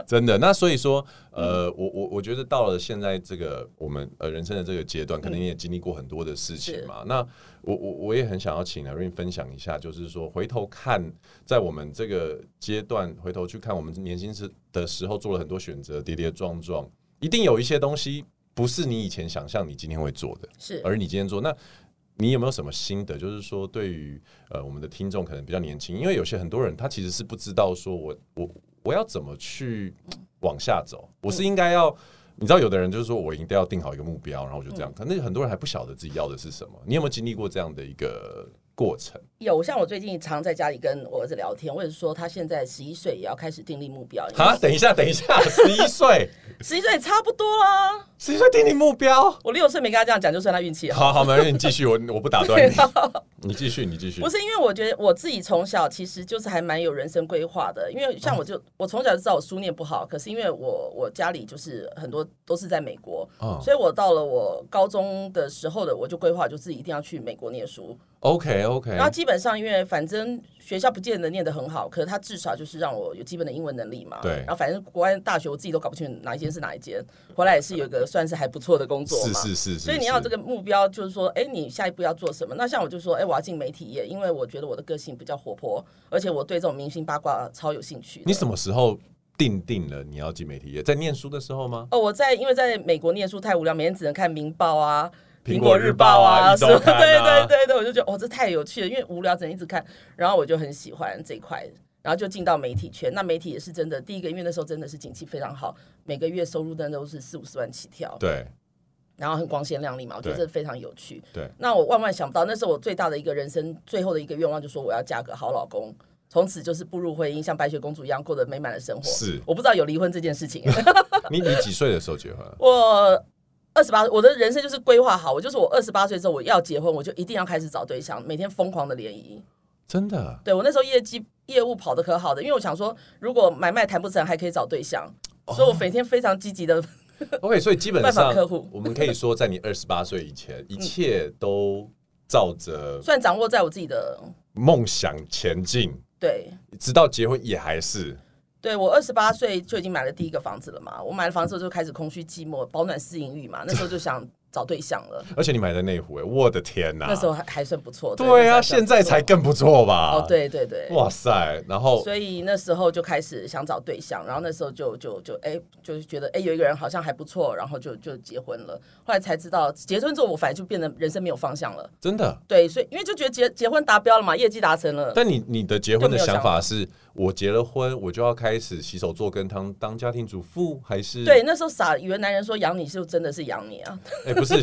真的，那所以说，呃，我我我觉得到了现在这个我们呃人生的这个阶段，可能你也经历过很多的事情嘛。那我我我也很想要请 Irene 分享一下，就是说回头看，在我们这个阶段回头去看我们年轻时的时候做了很多选择，跌跌撞撞，一定有一些东西不是你以前想象你今天会做的。是，而你今天做，那你有没有什么心得？就是说，对于呃我们的听众可能比较年轻，因为有些很多人他其实是不知道说我我我要怎么去往下走，我是应该要。你知道，有的人就是说我一定要定好一个目标，然后我就这样。可嗯能很多人还不晓得自己要的是什么。你有没有经历过这样的一个过程？有像我最近常在家里跟我儿子聊天，我也是说他现在十一岁也要开始订立目标，啊，等一下，等一下，十一岁，十一岁差不多啦。十一岁定定目标。我六岁没跟他这样讲，就算他运气好好。好，没关系，你继续，我我不打断你， *laughs* 你继续，你继续不。是因为我觉得我自己从小其实就是还蛮有人生规划的，因为像我就、哦我从小就知道我书念不好，可是因为我我家里就是很多都是在美国，哦所以我到了我高中的时候的我就规划就自己一定要去美国念书， OK OK，然后基本上因为反正学校不见得念得很好，可是他至少就是让我有基本的英文能力嘛，对然后反正国外大学我自己都搞不清楚哪一间是哪一间，回来也是有一个算是还不错的工作是嘛，是是是，所以你要有是这个目标，就是说，哎，你下一步要做什么？那像我就说，哎，我要进媒体业，因为我觉得我的个性比较活泼，而且我对这种明星八卦超有兴趣的。你什么时候定定了你要进媒体业？在念书的时候吗？哦，我在因为在美国念书太无聊，每天只能看《明报》啊。苹果日报啊是一周刊啊 *laughs* 对对对对，我就觉得哦，这太有趣了，因为无聊只能一直看，然后我就很喜欢这一块，然后就进到媒体圈。那媒体也是真的，第一个因为那时候真的是景气非常好，每个月收入真的都是四五十万起跳，对然后很光鲜亮丽嘛，我觉得对这非常有趣。对，那我万万想不到，那是我最大的一个人生最后的一个愿望，就说我要嫁个好老公，从此就是步入婚姻，像白雪公主一样过得美满的生活。是我不知道有离婚这件事情。 *laughs* 你你几岁的时候结婚？啊我二十八，我的人生就是规划好，我就是我二十八岁之后我要结婚，我就一定要开始找对象，每天疯狂的联谊。真的啊对我那时候业绩业务跑得可好的，因为我想说，如果买卖谈不成，还可以找对象，哦所以我每天非常积极的。 ？OK，所以基本拜上访客户我们可以说，在你二十八岁以前，一切都照着 *laughs* 虽然掌握在我自己的梦想前进，对直到结婚也还是对我二十八岁就已经买了第一个房子了嘛，我买了房子之后就开始空虚寂寞，保暖私淫欲嘛，那时候就想找对象 *laughs* 了，而且你买的内湖、哎，我的天呐、那时候还还算不错。对啊，那时候现还算不错在才更不错吧？哦，，对对对，哇哦塞，然后所以那时候就开始想找对象，然后那时候就就就哎、就是觉得哎、有一个人好像还不错，然后就就结婚了。后来才知道结婚之后，我反正就变得人生没有方向了。真的。对，所以因为就觉得结结婚达标了嘛，业绩达成了，但你你的结婚就没的有想想法是，我结了婚，我就要开始洗手做羹汤，当家庭主妇，还是对，那时候傻，以为男人说养你就真的是养你啊。哎、不是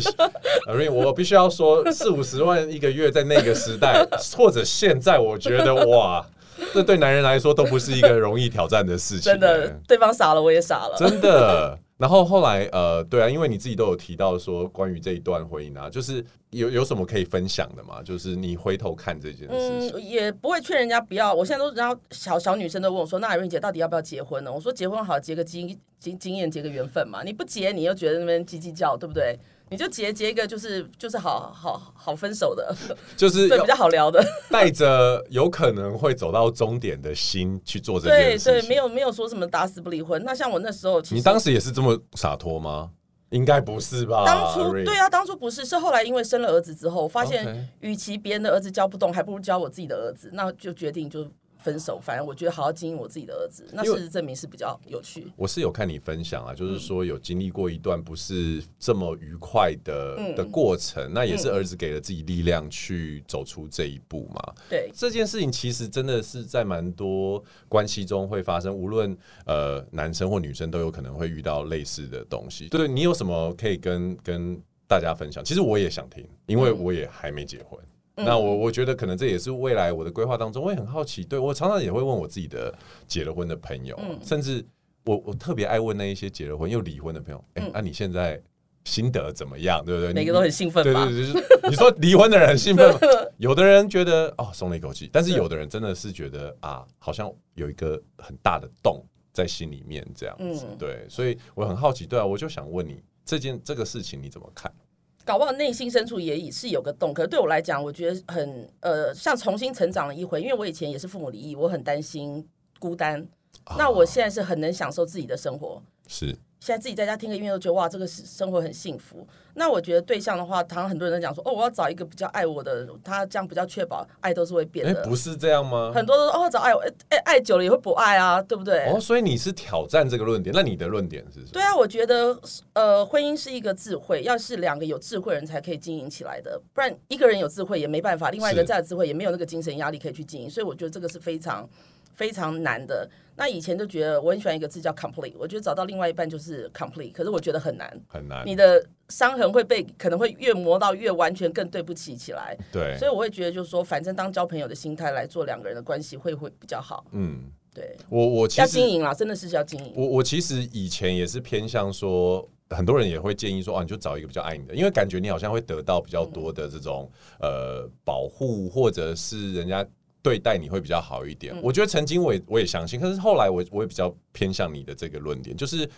a r i n 我必须要说，四五十万一个月在那个时代，或者现在，我觉得哇，这对男人来说都不是一个容易挑战的事情、欸真的，对方傻了，我也傻了。真的。然后后来呃，对啊，因为你自己都有提到说关于这一段回忆啊，就是有有什么可以分享的吗？就是你回头看这件事情，嗯，也不会劝人家不要。我现在都知道，小小女生都问我说：“那瑞姐到底要不要结婚呢？”我说：“结婚好，结个经经经验，结个缘分嘛。你不结，你又觉得那边叽叽叫，对不对？你就结结一个，就是就是好好好分 *laughs* 手的，就是对，要比较好聊 *laughs* 的。带着有可能会走到终点的心去做这件对事情。对，没有没有说什么打死不离婚。那像我那时候，其你实当时也是这么洒脱吗？应该不是吧？当初 Ray 对啊，当初不是，是后来因为生了儿子之后，我发 OK 现与其别人的儿子教不动，还不如教我自己的儿子，那就决定就分手。反正我觉得好好经营我自己的儿子，那因为事实证明是比较有趣。我是有看你分享啊，就是说有经历过一段不是这么愉快的、的过程，那也是儿子给了自己力量去走出这一步嘛。对，这件事情其实真的是在蛮多关系中会发生，无论呃男生或女生都有可能会遇到类似的东西。对你有什么可以跟跟大家分享？其实我也想听，因为我也还没结婚。那我我觉得可能这也是未来我的规划当中，我也很好奇。对我常常也会问我自己的结了婚的朋友，甚至我我特别爱问那一些结了婚又离婚的朋友，哎、那、你现在心得怎么样？对不对？每你个都很兴奋对吧？对对，就是你说离婚的人很兴奋 *laughs* 吗，有的人觉得哦松了一口气，但是有的人真的是觉得啊，好像有一个很大的洞在心里面这样子。嗯对，所以我很好奇，对啊，我就想问你这件这个事情你怎么看？ *laughs* 搞不好内心深处也已是有个洞，可是对我来讲，我觉得很呃，像重新成长了一回。因为我以前也是父母离异，我很担心孤单。啊那我现在是很能享受自己的生活，是现在自己在家听个音乐都觉得哇，这个生活很幸福。那我觉得对象的话，常常很多人都讲说，哦，我要找一个比较爱我的，他这样比较确保爱都是会变哎、的。不是这样吗？很多都说哦，找爱我，哎、哎爱久了也会不爱啊，对不对？哦，所以你是挑战这个论点，那你的论点是什么？对啊，我觉得呃，婚姻是一个智慧，要是两个有智慧的人才可以经营起来的，不然一个人有智慧也没办法，另外一个是再有智慧也没有那个精神压力可以去经营，所以我觉得这个是非常非常难的。那以前就觉得我很喜欢一个字叫 complete，我觉得找到另外一半就是 complete，可是我觉得很难，很难你。的伤痕会被可能会越磨到越完全更对不起起来，对所，以我会觉得就是说，反正当交朋友的心态来做两个人的关系会会比较好，嗯，对，我我其要实经营啦，真的是要经营，我我其实以前也是偏向说，很多人也会建议说，啊，你就找一个比较爱你的，因为感觉你好像会得到比较多的这种呃保护，或者是人家对待你会比较好一点。我觉得曾经我也我也相信，可是后来我我也比较偏向你的这个论点，就是。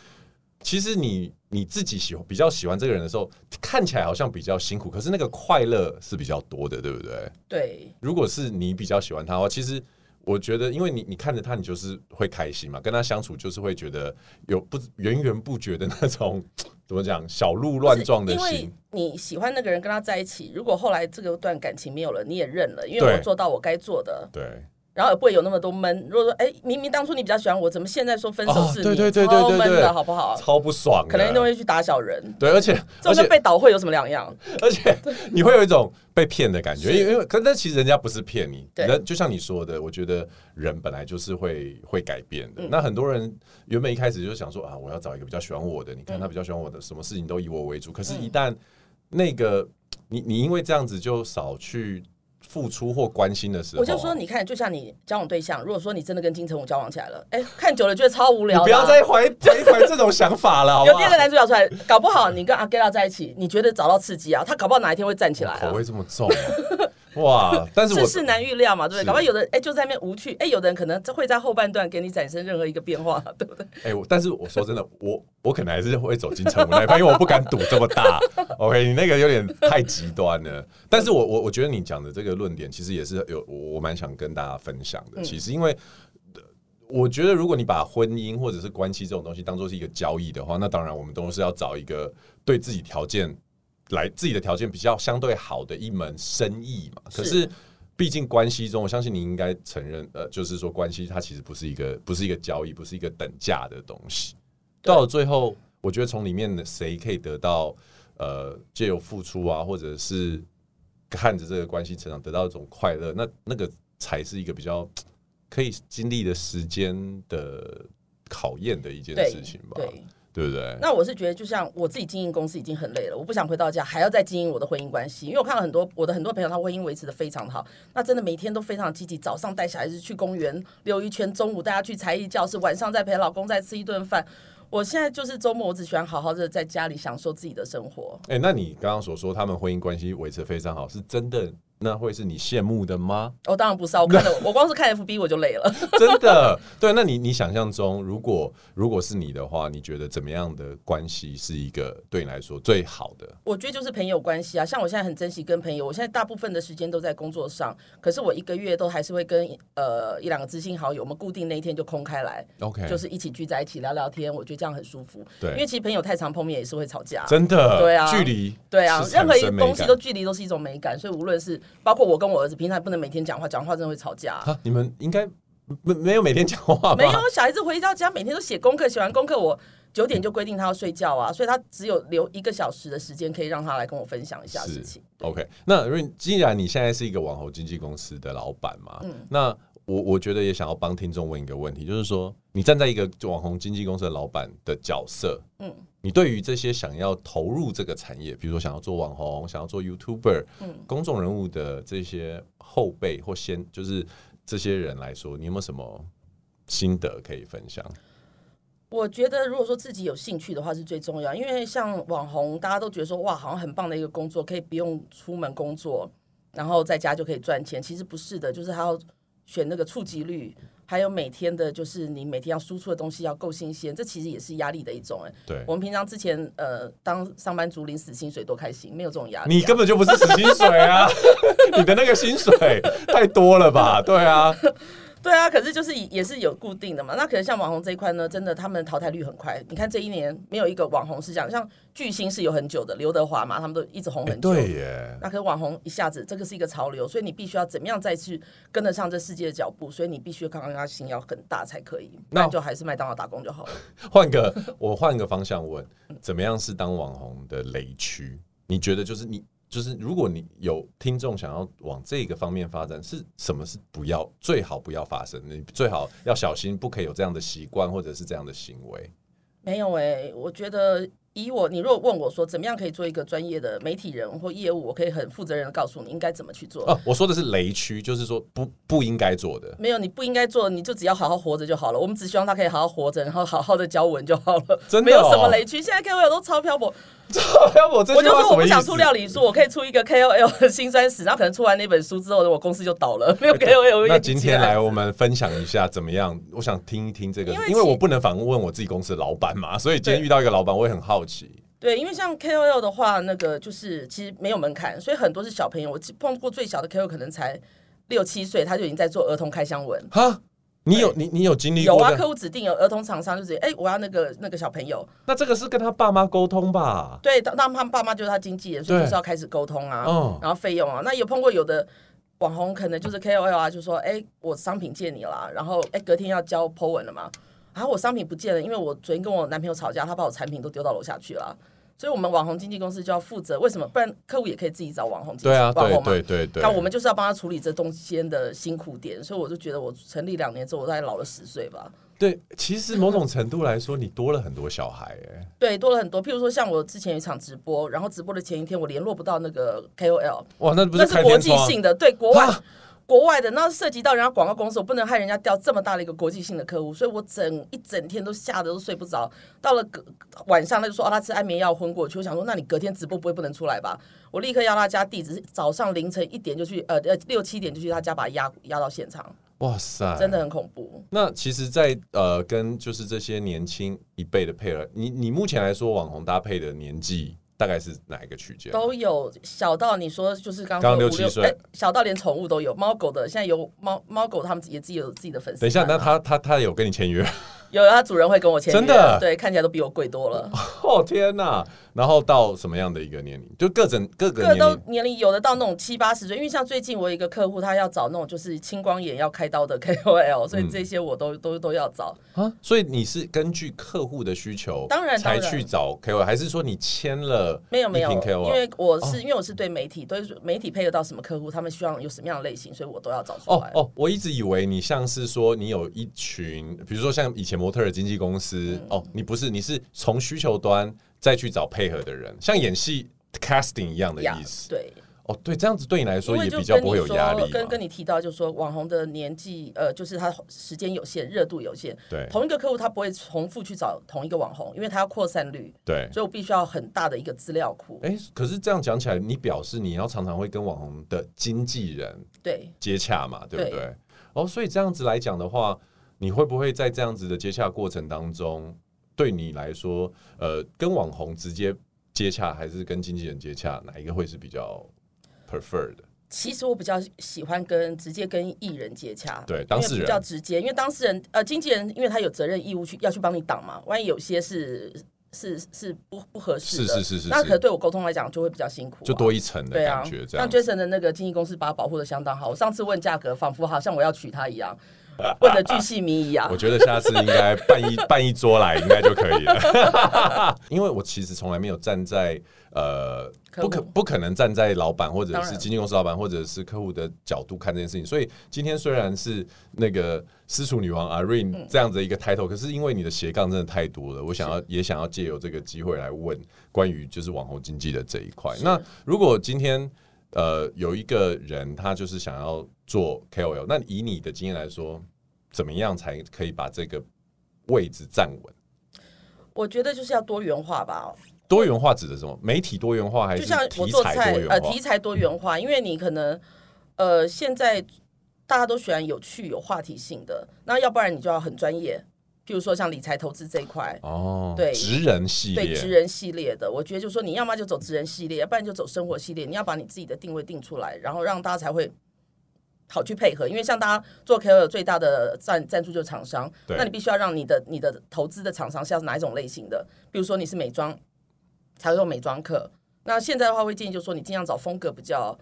其实你你自己喜欢比较喜欢这个人的时候，看起来好像比较辛苦，可是那个快乐是比较多的，对不对？对。如果是你比较喜欢他的话，其实我觉得，因为你你看着他，你就是会开心嘛，跟他相处就是会觉得有不源源不绝的那种怎么讲小鹿乱撞的因为心。你喜欢那个人，跟他在一起，如果后来这个段感情没有了，你也认了，因为对我做到我该做的，对，然后也不会有那么多闷。如果说，哎，明明当初你比较喜欢我，怎么现在说分手哦是你？对对对对超对闷对的好不好？超不爽的，可能就会去打小人，对，而且这而种跟且被倒会有什么两样？ *laughs* 而且你会有一种被骗的感觉，因为因为可但其实人家不是骗你，对人就像你说的，我觉得人本来就是会会改变嗯的。那很多人原本一开始就想说啊，我要找一个比较喜欢我的，你嗯看他比较喜欢我的，什么事情都以我为主。可是，一旦那个你你因为这样子就少去付出或关心的时候，我就说，你看，就像你交往对象，如果说你真的跟金城武交往起来了， *laughs* 哎，看久了觉得超无你聊的啊。不要再怀怀怀这种想法了，好不有第二个好？男主角出来，搞不好你跟阿盖拉在一起，你觉得找到刺激啊？他搞不好哪一天会站起来啊口？味这么重、啊哇！但是我世事难预料嘛，对不是对？搞不好有的哎、就在那边无趣，哎、有的人可能会在后半段给你产生任何一个变化，对不对？哎、我但是我说真的，我我可能还是会走金城武那一派，因为我不敢赌这么大。OK，你那个有点太极端了。但是我我我觉得你讲的这个论点，其实也是有我我蛮想跟大家分享的。其实因为。呃我觉得，如果你把婚姻或者是关系这种东西当做是一个交易的话，那当然我们都是要找一个对自己条件来自己的条件比较相对好的一门生意嘛。可是，毕竟关系中，我相信你应该承认，呃，就是说关系它其实不是一个不是一个交易，不是一个等价的东西。到了最后，我觉得从里面的谁可以得到呃借由付出啊，或者是看着这个关系成长得到一种快乐，那那个才是一个比较呃可以经历的时间的考验的一件对事情吧，对。对不对？那我是觉得，就像我自己经营公司已经很累了，我不想回到家还要再经营我的婚姻关系，因为我看到很多我的很多朋友，他婚姻维持的非常好，那真的每天都非常积极，早上带小孩子去公园溜一圈，中午大家去才艺教室，晚上再陪老公再吃一顿饭。我现在就是周末，我只喜欢好好的在家里享受自己的生活。哎、那你刚刚所说他们婚姻关系维持得非常好，是真的？那会是你羡慕的吗？ *laughs* 哦，当然不是啊，我看了，我光是看 FB 我就累了。真的？对，那你你想象中，如果如果是你的话，你觉得怎么样的关系是一个对你来说最好的？我觉得就是朋友关系啊，像我现在很珍惜跟朋友，我现在大部分的时间都在工作上，可是我一个月都还是会跟呃一两个知心好友，我们固定那一天就空开来 OK，就是一起聚在一起聊聊天，我觉得这样很舒服。对因为其实朋友太常碰面也是会吵架。真的，对啊距离对啊是，任何产一生个美东西感都距离都是一种美感，所以无论是包括我跟我儿子，平常不能每天讲话，讲话真的会吵架、啊，你们应该没没有每天讲话吧？没有，小孩子回到家每天都写功课，写完功课我九点就规定他要睡觉啊，所以他只有留一个小时的时间可以让他来跟我分享一下事情。 OK，那因为既然你现在是一个网红经纪公司的老板嘛，嗯那我我觉得也想要帮听众问一个问题，就是说你站在一个网红经纪公司的老板的角色，嗯嗯，你对于这些想要投入这个产业，比如说想要做网红、想要做 YouTuber、公嗯众人物的这些后辈或先，就是这些人来说，你有没有什么心得可以分享？我觉得如果说自己有兴趣的话是最重要，因为像网红，大家都觉得说哇，好像很棒的一个工作，可以不用出门工作，然后在家就可以赚钱。其实不是的，就是他要选那个触及率，还有每天的，就是你每天要输出的东西要够新鲜，这其实也是压力的一种、哎，对我，们平常之前呃当上班族领死薪水多开心，没有这种压力啊、你根本就不是死薪水啊， *laughs* 你的那个薪水太多了吧？对啊。对啊，可是就是也也是有固定的嘛。那可能像网红这一块呢，真的他们淘汰率很快。你看这一年没有一个网红是这样，像巨星是有很久的，刘德华嘛，他们都一直红哎，很久。对耶，那可是网红一下子，这个是一个潮流，所以你必须要怎么样再去跟得上这世界的脚步，所以你必须刚刚要心要很大才可以，那那就还是麦当劳打工就好了。换个我换个方向问，怎么样是当网红的雷区？你觉得就是你就是如果你有听众想要往这个方面发展，是什么是不要最好不要发生？你最好要小心，不可以有这样的习惯或者是这样的行为。没有哎、我觉得以我，你如果问我说怎么样可以做一个专业的媒体人或业务，我可以很负责任的告诉你应该怎么去做。哦，我说的是雷区，就是说不不应该做的。没有，你不应该做，你就只要好好活着就好了。我们只希望他可以好好活着，然后好好的教文就好了。真的没有什哦么雷区。现在 KOL 都超漂泊，要我这 *laughs* 我句就话说什我么不意想思出？料理书，我可以出一个 KOL 的辛酸史，然后可能出完那本书之后，我公司就倒了， *laughs* 没有 KOL 哎那业绩今天来，哦我们分享一下怎么样？我想听一听这个，因为因为其我不能反问我自己公司的老板嘛，所以今天对遇到一个老板，我也很好奇。对，因为像 KOL 的话，那个就是其实没有门槛，所以很多是小朋友。我碰过最小的 KOL 可能才六七岁，他就已经在做儿童开箱文。哈，你有你你有经历有过啊，的？客户指定有儿童厂商就直接，哎、我要那个那个小朋友，那这个是跟他爸妈沟通吧？对，当当他们爸妈就是他经纪人，所以对就是要开始沟通啊，嗯然后费用啊。那有碰过有的网红可能就是 KOL 啊，就说哎、我商品借你啦，然后哎、隔天要交 po 文了嘛，然后我商品不见了，因为我昨天跟我男朋友吵架，他把我产品都丢到楼下去了。所以，我们网红经纪公司就要负责，为什么？不然客户也可以自己找网红经纪，对啊，网对红嘛。对对对。那我们就是要帮他处理这中间的辛苦点，所以我就觉得我成立两年之后，我大概老了十岁吧。对，其实某种程度来说，你多了很多小孩哎。对，多了很多。譬如说，像我之前有一场直播，然后直播的前一天，我联络不到那个 KOL，哇，那不那开是国天际窗？性的，对国外啊国外的，那涉及到人家广告公司，我不能害人家掉这么大的一个国际性的客户，所以我整一整天都吓得都睡不着。到了隔晚上，他就说哦，他吃安眠药昏过去。我想说，那你隔天直播不会不能出来吧？我立刻要他家地址，早上凌晨一点就去，呃呃六七点就去他家把他压压到现场，哇塞，真的。很恐怖。那其实在，呃，跟就是这些年轻一辈的配合，你你目前来说，网红搭配的年纪大概是哪一个区间？都有小到你说就是刚哎刚说六五七岁哎小到连宠物都有，猫狗的现在有猫猫狗，他们也自己有自己的粉丝等一下，团啊。那他他他有跟你签约？有他主人会跟我签约，真的对，看起来都比我贵多了。哦天哪！然后到什么样的一个年龄？就各整各个各年都龄年龄有的到那种七八十岁，因为像最近我有一个客户，他要找那种就是青光眼要开刀的 KOL，所以嗯这些我都、都都要找。啊，所以你是根据客户的需求，当然才当然去找 KOL，还是说你签了没有没有一，瓶 KOL？因为我哦是、因为我是对媒体，对媒体配合到什么客户，他们希望有什么样的类型，所以我都要找出哦来。哦，我一直以为你像是说你有一群，比如说像以前模特儿经纪公嗯司，哦，你不是，你是从需求端再去找配合的人，像演戏 casting 一样的呀意思。对，哦，对，这样子对你来因说为也就比较跟不你会有压说力，跟跟你你提到，就是说网红的年纪，呃，就是他时间有限，热度有限。对同一个客户他不会重复去找同一个网红，因为他要扩散率，对。所以我必须要很大的一个资料库。哎、可是这样讲起来，你表示你要常常会跟网红的经纪人对，接洽嘛，对不对对？哦，所以这样子来讲的话，你会不会在这样子的接洽过程当中，对你来说，呃，跟网红直接接洽还是跟经纪人接洽，哪一个会是比较 prefer 的？其实我比较喜欢跟直接跟艺人接洽，对当事人因为比较直接，因为当事人呃经纪人，因为他有责任义务去要去帮你挡嘛，万一有些是是是不不合适的，是是是是那可能是对我沟通来讲就会比较辛苦啊、就多一层的对啊感觉，，这像样 Jason 的那个经纪公司把他保护的相当好。我上次问价格，仿佛好像我要娶她一样，问的巨细靡遗啊 *laughs* 我。觉得下次应该办一办一桌来，应该就可以了。 *laughs* 因为我其实从来没有站在呃客户不可不可能站在老板或者当是然经纪公司老板或者是客户的角度看这件事情，所以今天虽然是那个私厨女王嗯 Irene 这样子一个 title，、可是因为你的斜杠真的太多了，我想要也想要借由这个机会来问关于就是网红经济的这一块。那如果今天呃有一个人他就是想要做 KOL，那以你的经验来说，怎么样才可以把这个位置站稳？我觉得就是要多元化吧，多元化指的是什么？媒体多元化还是就像我题做材菜多元化？呃题材多元化，因为你可能呃现在大家都喜欢有趣有话题性的，那要不然你就要很专业，譬如说像理财投资这一块。哦，对职人系对职列，人系列的，我觉得就是说，你要么就走职人系列，要不然就走生活系列。你要把你自己的定位定出来，然后让大家才会好去配合。因为像大家做 KOL 最大的赞赞助就是厂商，对那你必须要让你的你的投资的厂商是要哪一种类型的？比如说你是美妆，才会用美妆课。那现在的话，会建议就是说，你尽量找风格比较，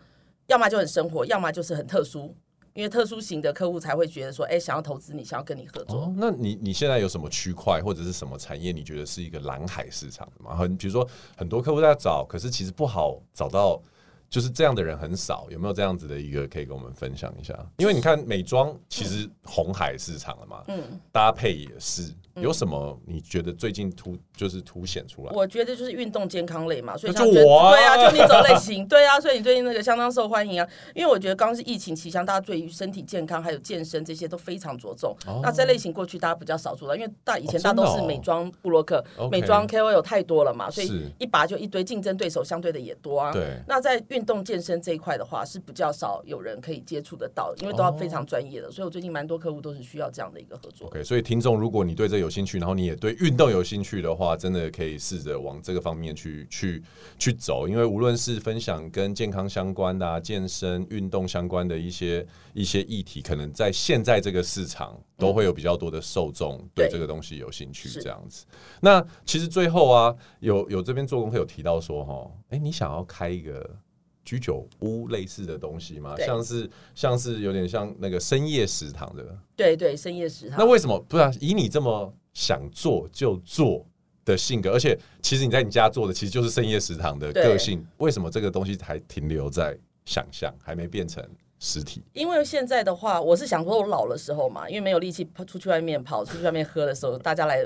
要么就很生活，要么就是很特殊。因为特殊型的客户才会觉得说，哎、想要投资你，想要跟你合作。哦，那你你现在有什么区块或者是什么产业，你觉得是一个蓝海市场的吗？很比如说很多客户在找，可是其实不好找到，就是这样的人很少，有没有这样子的一个可以跟我们分享一下？因为你看美妆其实红海市场了嘛，嗯，搭配也是，有什么你觉得最近突就是凸显出来？我觉得就是运动健康类嘛，所以那像就觉得我啊对啊，就你走类型，对啊，所以你最近那个相当受欢迎啊。因为我觉得刚是疫情期间，大家对于身体健康还有健身这些都非常着重。那这类型过去大家比较少做了，因为大以前哦大家都真是的哦美妆布洛克、 OK 美妆 KOL 太多了嘛，所是以一拔就一堆，竞争对手相对的也多啊。对那在运动健身这一块的话，是比较少有人可以接触得到，因为都要非常专业的，所以我最近蛮多客户都是需要这样的一个合作。哦 OK，所以听众，如果你对这有兴趣，然后你也对运动有兴趣的话，真的可以试着往这个方面去去去走，因为无论是分享跟健康相关的、啊、健身、运动相关的一些一些议题，可能在现在这个市场都会有比较多的受众对嗯对这个东西有兴趣，是这样子。那其实最后啊，有有这边做功课有提到说，哈，哎，你想要开一个居酒屋类似的东西吗？对像是像是有点像那个深夜食堂的。对对，深夜食堂那。为什么不是、啊、以你这么想做就做的性格？而且其实你在你家做的其实就是深夜食堂的对个性，为什么这个东西还停留在想象，还没变成实体？因为现在的话，我是想说，我老的时候嘛，因为没有力气跑出去外面跑，出去外面喝的时候，大家来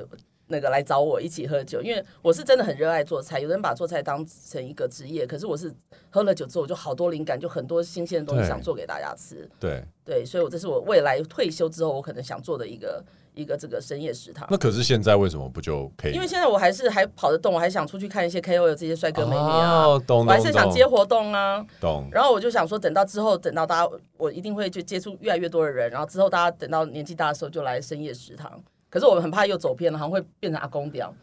那个来找我一起喝酒，因为我是真的很热爱做菜。有人把做菜当成一个职业，可是我是喝了酒之后，我就好多灵感，就很多新鲜的东西对想做给大家吃。对，对，所以我这是我未来退休之后，我可能想做的一个一个这个深夜食堂。那可是现在为什么不就可以？因为现在我还是还跑得动，我还想出去看一些 KOL 这些帅哥美女啊，哦，懂我还是懂想接懂活动啊。懂，然后我就想说，等到之后，等到大家，我一定会就接触越来越多的人，然后之后大家等到年纪大的时候，就来深夜食堂。可是我们很怕又走偏了，好像会变成阿公屌。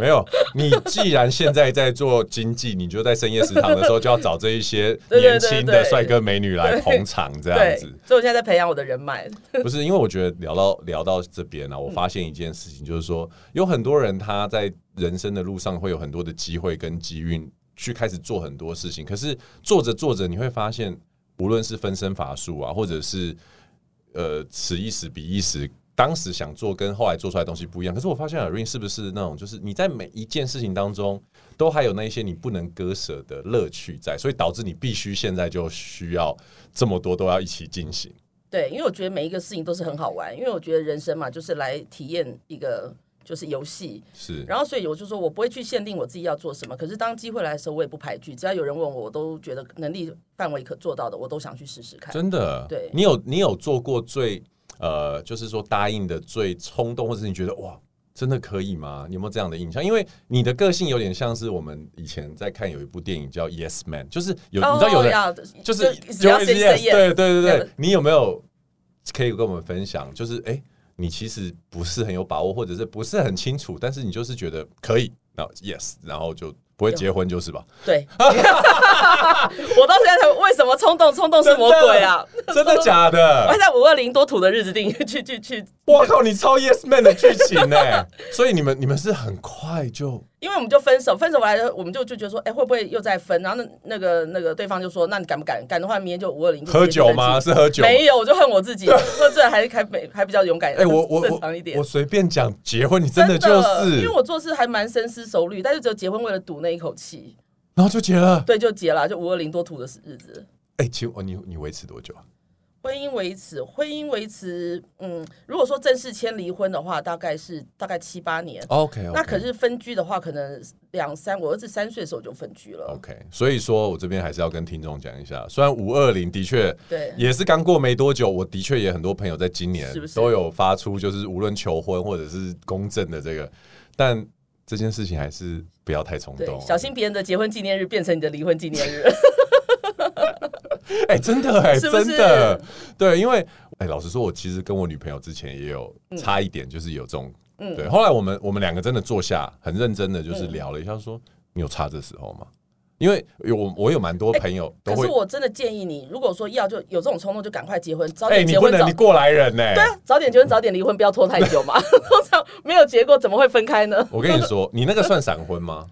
没有。你既然现在在做经济，你就在深夜食堂的时候就要找这一些 *laughs* 对对对年轻对的帅哥美女来捧场，这样对，子。所以我现在在培养我的人脉。不是，因为我觉得聊到聊到这边呢、啊我发现一件事情，就是说有很多人他在人生的路上会有很多的机会跟机运去开始做很多事情，可是做着做着你会发现，无论是分身乏术啊，或者是呃此一时彼一时。当时想做跟后来做出来的东西不一样，可是我发现 Irene 是不是那种，就是你在每一件事情当中，都还有那一些你不能割舍的乐趣在，所以导致你必须现在就需要这么多都要一起进行。对，因为我觉得每一个事情都是很好玩，因为我觉得人生嘛，就是来体验一个。就是游戏。是，然后所以我就说我不会去限定我自己要做什么，可是当机会来的时候，我也不排拒，只要有人问我，我都觉得能力范围可做到的，我都想去试试看。真的，对你有你有做过最呃，就是说答应的最冲动，或者是你觉得哇，真的可以吗？你有没有这样的印象？因为你的个性有点像是我们以前在看有一部电影叫《Yes Man》，就是有、你知道有人哦要就是只要 Joey say Diaz， yes，对对对这样对的，你有没有可以跟我们分享？就是哎、诶你其实不是很有把握，或者是不是很清楚，但是你就是觉得可以，然后 yes，然后就不会结婚 *laughs* 就是吧？对，我到现在才为什么冲动？冲动是魔鬼啊！真的假我还的？在五二零多土的日子定 *laughs* 去去去，我靠，你超 yes man 的剧情呢、 *laughs* 所以你们你们是很快就因为我们就分手，分手完了我们就就觉得说，哎、会不会又再分？然后那那个那个对方就说，那你敢不敢？敢的话，明天就五二零喝酒吗？？是喝酒吗？没有，我就恨我自己， *laughs* 喝醉还还没还比较勇敢，哎、 *laughs* 我我正常一点我我。随便讲结婚，你真的就是因为，我做事还蛮深思熟虑，但是只有结婚为了赌那一口气，然后就结了。对，就结了，就五二零多土的日子。哎、请问你你维持多久啊？婚姻维持，婚姻维持，嗯，如果说正式签离婚的话，大概是大概七八年。哦 OK，, o k 那可是分居的话，可能两三，我儿子三岁的时候就分居了。 OK，所以说我这边还是要跟听众讲一下，虽然五二零的确对也是刚过没多久，我的确也很多朋友在今年是不是都有发出，就是无论求婚或者是公证的这个，但这件事情还是不要太冲对，动，啊小心。别人的结婚纪念日变成你的离婚纪念日。 *laughs* 哎、真的哎、是不是真的，对，因为哎、老实说，我其实跟我女朋友之前也有嗯差一点，就是有这种，对。后来我们我们两个真的坐下，很认真的嗯就是聊了一下说，你有差这时候吗？因为有我我有蛮多朋友都哎可会是，我真的建议你，如果说要就有这种冲动，就赶快结婚，早哎、点你结不婚早、能，你过来人呢、对啊，早点结婚早点离婚，不要拖太久嘛。 *laughs* 通常没有结果怎么会分开呢？我跟你说，你那个算闪婚 *laughs* 吗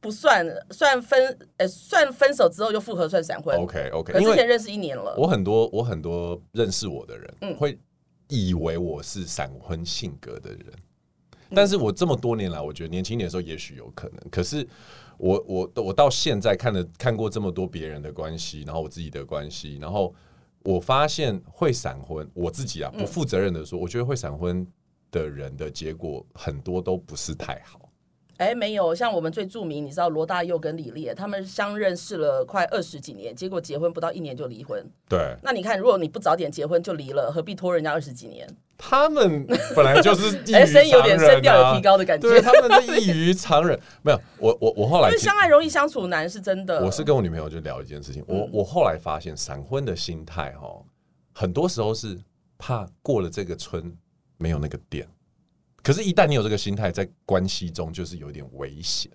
不算算分，呃、算分手之后就复合算闪婚。哦？OK 可 OK，是因之前为认识一年了，我很多我很多认识我的人、嗯会以为我是闪婚性格的人，嗯但是我这么多年来，我觉得年轻一点的时候也许有可能，可是我我我到现在看了看过这么多别人的关系，然后我自己的关系，然后我发现会闪婚，我自己啊嗯不负责任的说，我觉得会闪婚的人的结果很多都不是太好。哎，没有，像我们最著名，你知道罗大佑跟李烈，他们相认识了快二十几年，结果结婚不到一年就离婚。对那你看，如果你不早点结婚就离了，何必拖人家二十几年？他们本来就是异于常人、 *laughs* 哎，啊，声音有点声调有提高的感觉。对，他们都异于常人。没有，我我我后 *laughs* 因来为其实相爱容易相处难，是真的。我是跟我女朋友就聊一件事情，嗯我我后来发现闪婚的心态哈，很多时候是怕过了这个村没有那个店，可是，一旦你有这个心态，在关系中就是有点危险。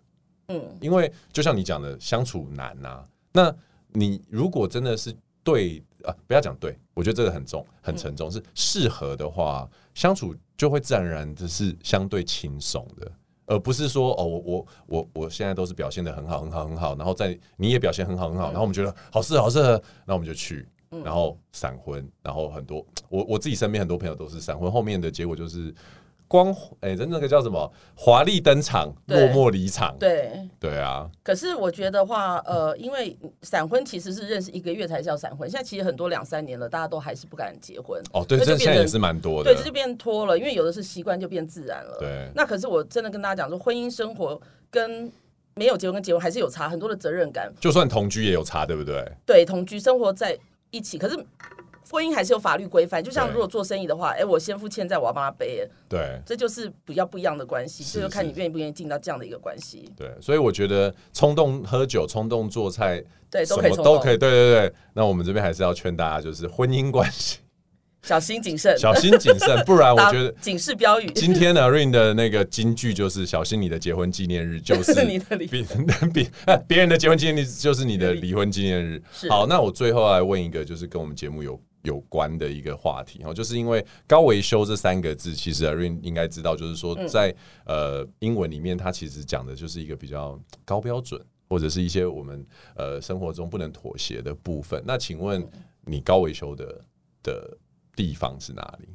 嗯，因为就像你讲的，相处难啊呐、那你如果真的是对啊，不要讲对，我觉得这个很重、嗯很沉重。是适合的话，相处就会自然而然的是相对轻松的，而不是说哦，我我我我现在都是表现的很好、很好、很好，然后在你也表现很嗯好、很好，然后我们觉得好适合、好适合，那我们就去。然后闪婚，然后很多我我自己身边很多朋友都是闪婚，后面的结果就是光哎，那那个叫什么华丽登场，落对寞离场，对。对啊，可是我觉得话，呃，因为闪婚其实是认识一个月才叫闪婚，现在其实很多两三年了，大家都还是不敢结婚。哦，对，那就这变成现在也是蛮多的对，这，就变拖了，因为有的是习惯就变自然了。对那可是我真的跟大家讲说，婚姻生活跟没有结婚跟结婚还是有差很多的责任感。就算同居也有差，对不对？对，同居生活在一起，可是婚姻还是有法律规范。就像对如果做生意的话，哎，我先付欠债，我要帮他背，哎对这就是比较不一样的关系，是这就是看是你愿意不愿意进到这样的一个关系。对，所以我觉得冲动喝酒、冲动做菜，对，都什可以么冲都动，可以，对对对。那我们这边还是要劝大家，就是婚姻关系 *laughs* 小心谨慎，小心谨慎，不然我觉得 *laughs* 打警示标语。 *laughs* 今天呢 Rain 的那个金句就是“小心你的结婚纪念日就是 *laughs* 你的离别 *laughs* 别呃别人的结婚纪念日就是你的离婚纪念日”是。好，那我最后来问一个，就是跟我们节目有有关的一个话题哦，就是因为高维修这三个字，其实 Rain 应该知道，就是嗯说在、呃英文里面，它其实讲的就是一个比较高标准，或者是一些我们呃生活中不能妥协的部分。那请问嗯你高维修的的地方是哪里？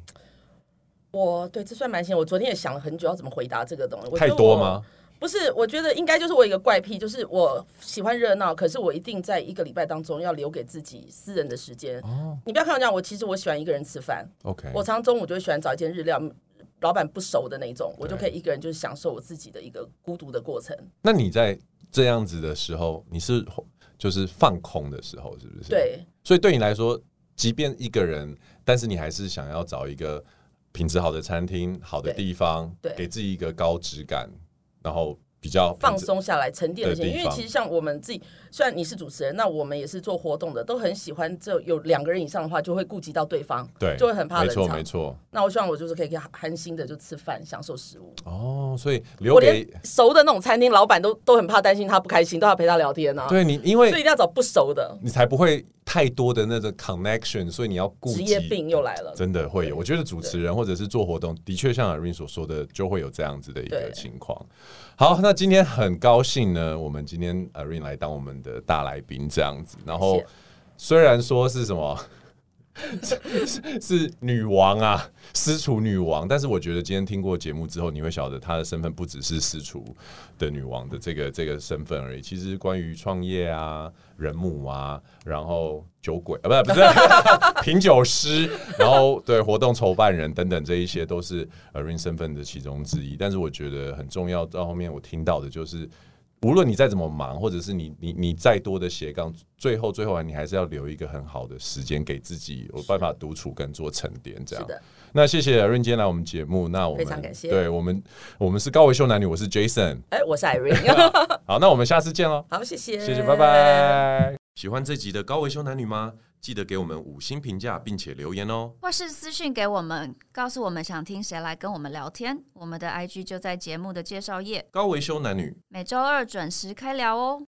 我对这算蛮险，我昨天也想了很久要怎么回答这个东西。我觉太得多我吗？？不是，我觉得应该就是我一个怪癖，就是我喜欢热闹，可是我一定在一个礼拜当中要留给自己私人的时哦间。你不要看我这样，我其实我喜欢一个人吃饭， OK，我常常中午就会喜欢找一间日料。老板不熟的那种，我就对可以一个人就是享受我自己的一个孤独的过程。那你在这样子的时候，你是就是放空的时候，是不是？。对，所以对你来说，即便一个人，但是你还是想要找一个品质好的餐厅、好的对地方，对给自己一个高质感，然后比较放。松下来、沉淀的一些。地因为方其实像我们自己，虽然你是主持人，那我们也是做活动的，都很喜欢。就有两个人以上的话，就会顾及到对方，对，就会很怕没冷错场没。错。那我希望我就是可以跟憨心的就吃饭，享受食物。哦，所以留我连给熟的那种餐厅老板都都很怕担心他不开心，都要陪他聊天啊。对你，因所以为一定要找不熟的。你才不会太多的那种 connection，所以你要顾职及业病又来了，真的会有，对我觉得主持人或者是做活动，的确像 Irene 所说的，就会有这样子的一个对情况。好，那今天很高兴呢，我们今天 Irene 来当我们的大来宾这样子。然后谢谢虽然说是什么是是女王啊，私厨女王，但是我觉得今天听过节目之后，你会晓得她的身份不只是私厨的女王的这个这个身份而已。其实关于创业啊、人母啊，然后酒鬼啊，不是不是 *laughs* 品酒师，然后对活动筹办人等等，这一些都是 Irene 身份的其中之一。但是我觉得很重要，到后面我听到的就是。无论你再怎么忙，或者是你你你再多的斜杠，最后最后你还是要留一个很好的时间给自己，有办法独处跟做沉淀这是样。的，那谢谢 Irene 今天来我们节目，那我们非常感谢对我们我们是高维修男女，我是 Jason，哎，我 *laughs* 是 Irene，好，那我们下次见喽，好，谢谢，谢谢，拜。拜。喜欢这集的高维修男女吗？记得给我们五星评价，并且留言哦。或是私讯给我们，告诉我们想听谁来跟我们聊天。我们的 IG 就在节目的介绍页，高维修男女，每周二准时开聊哦。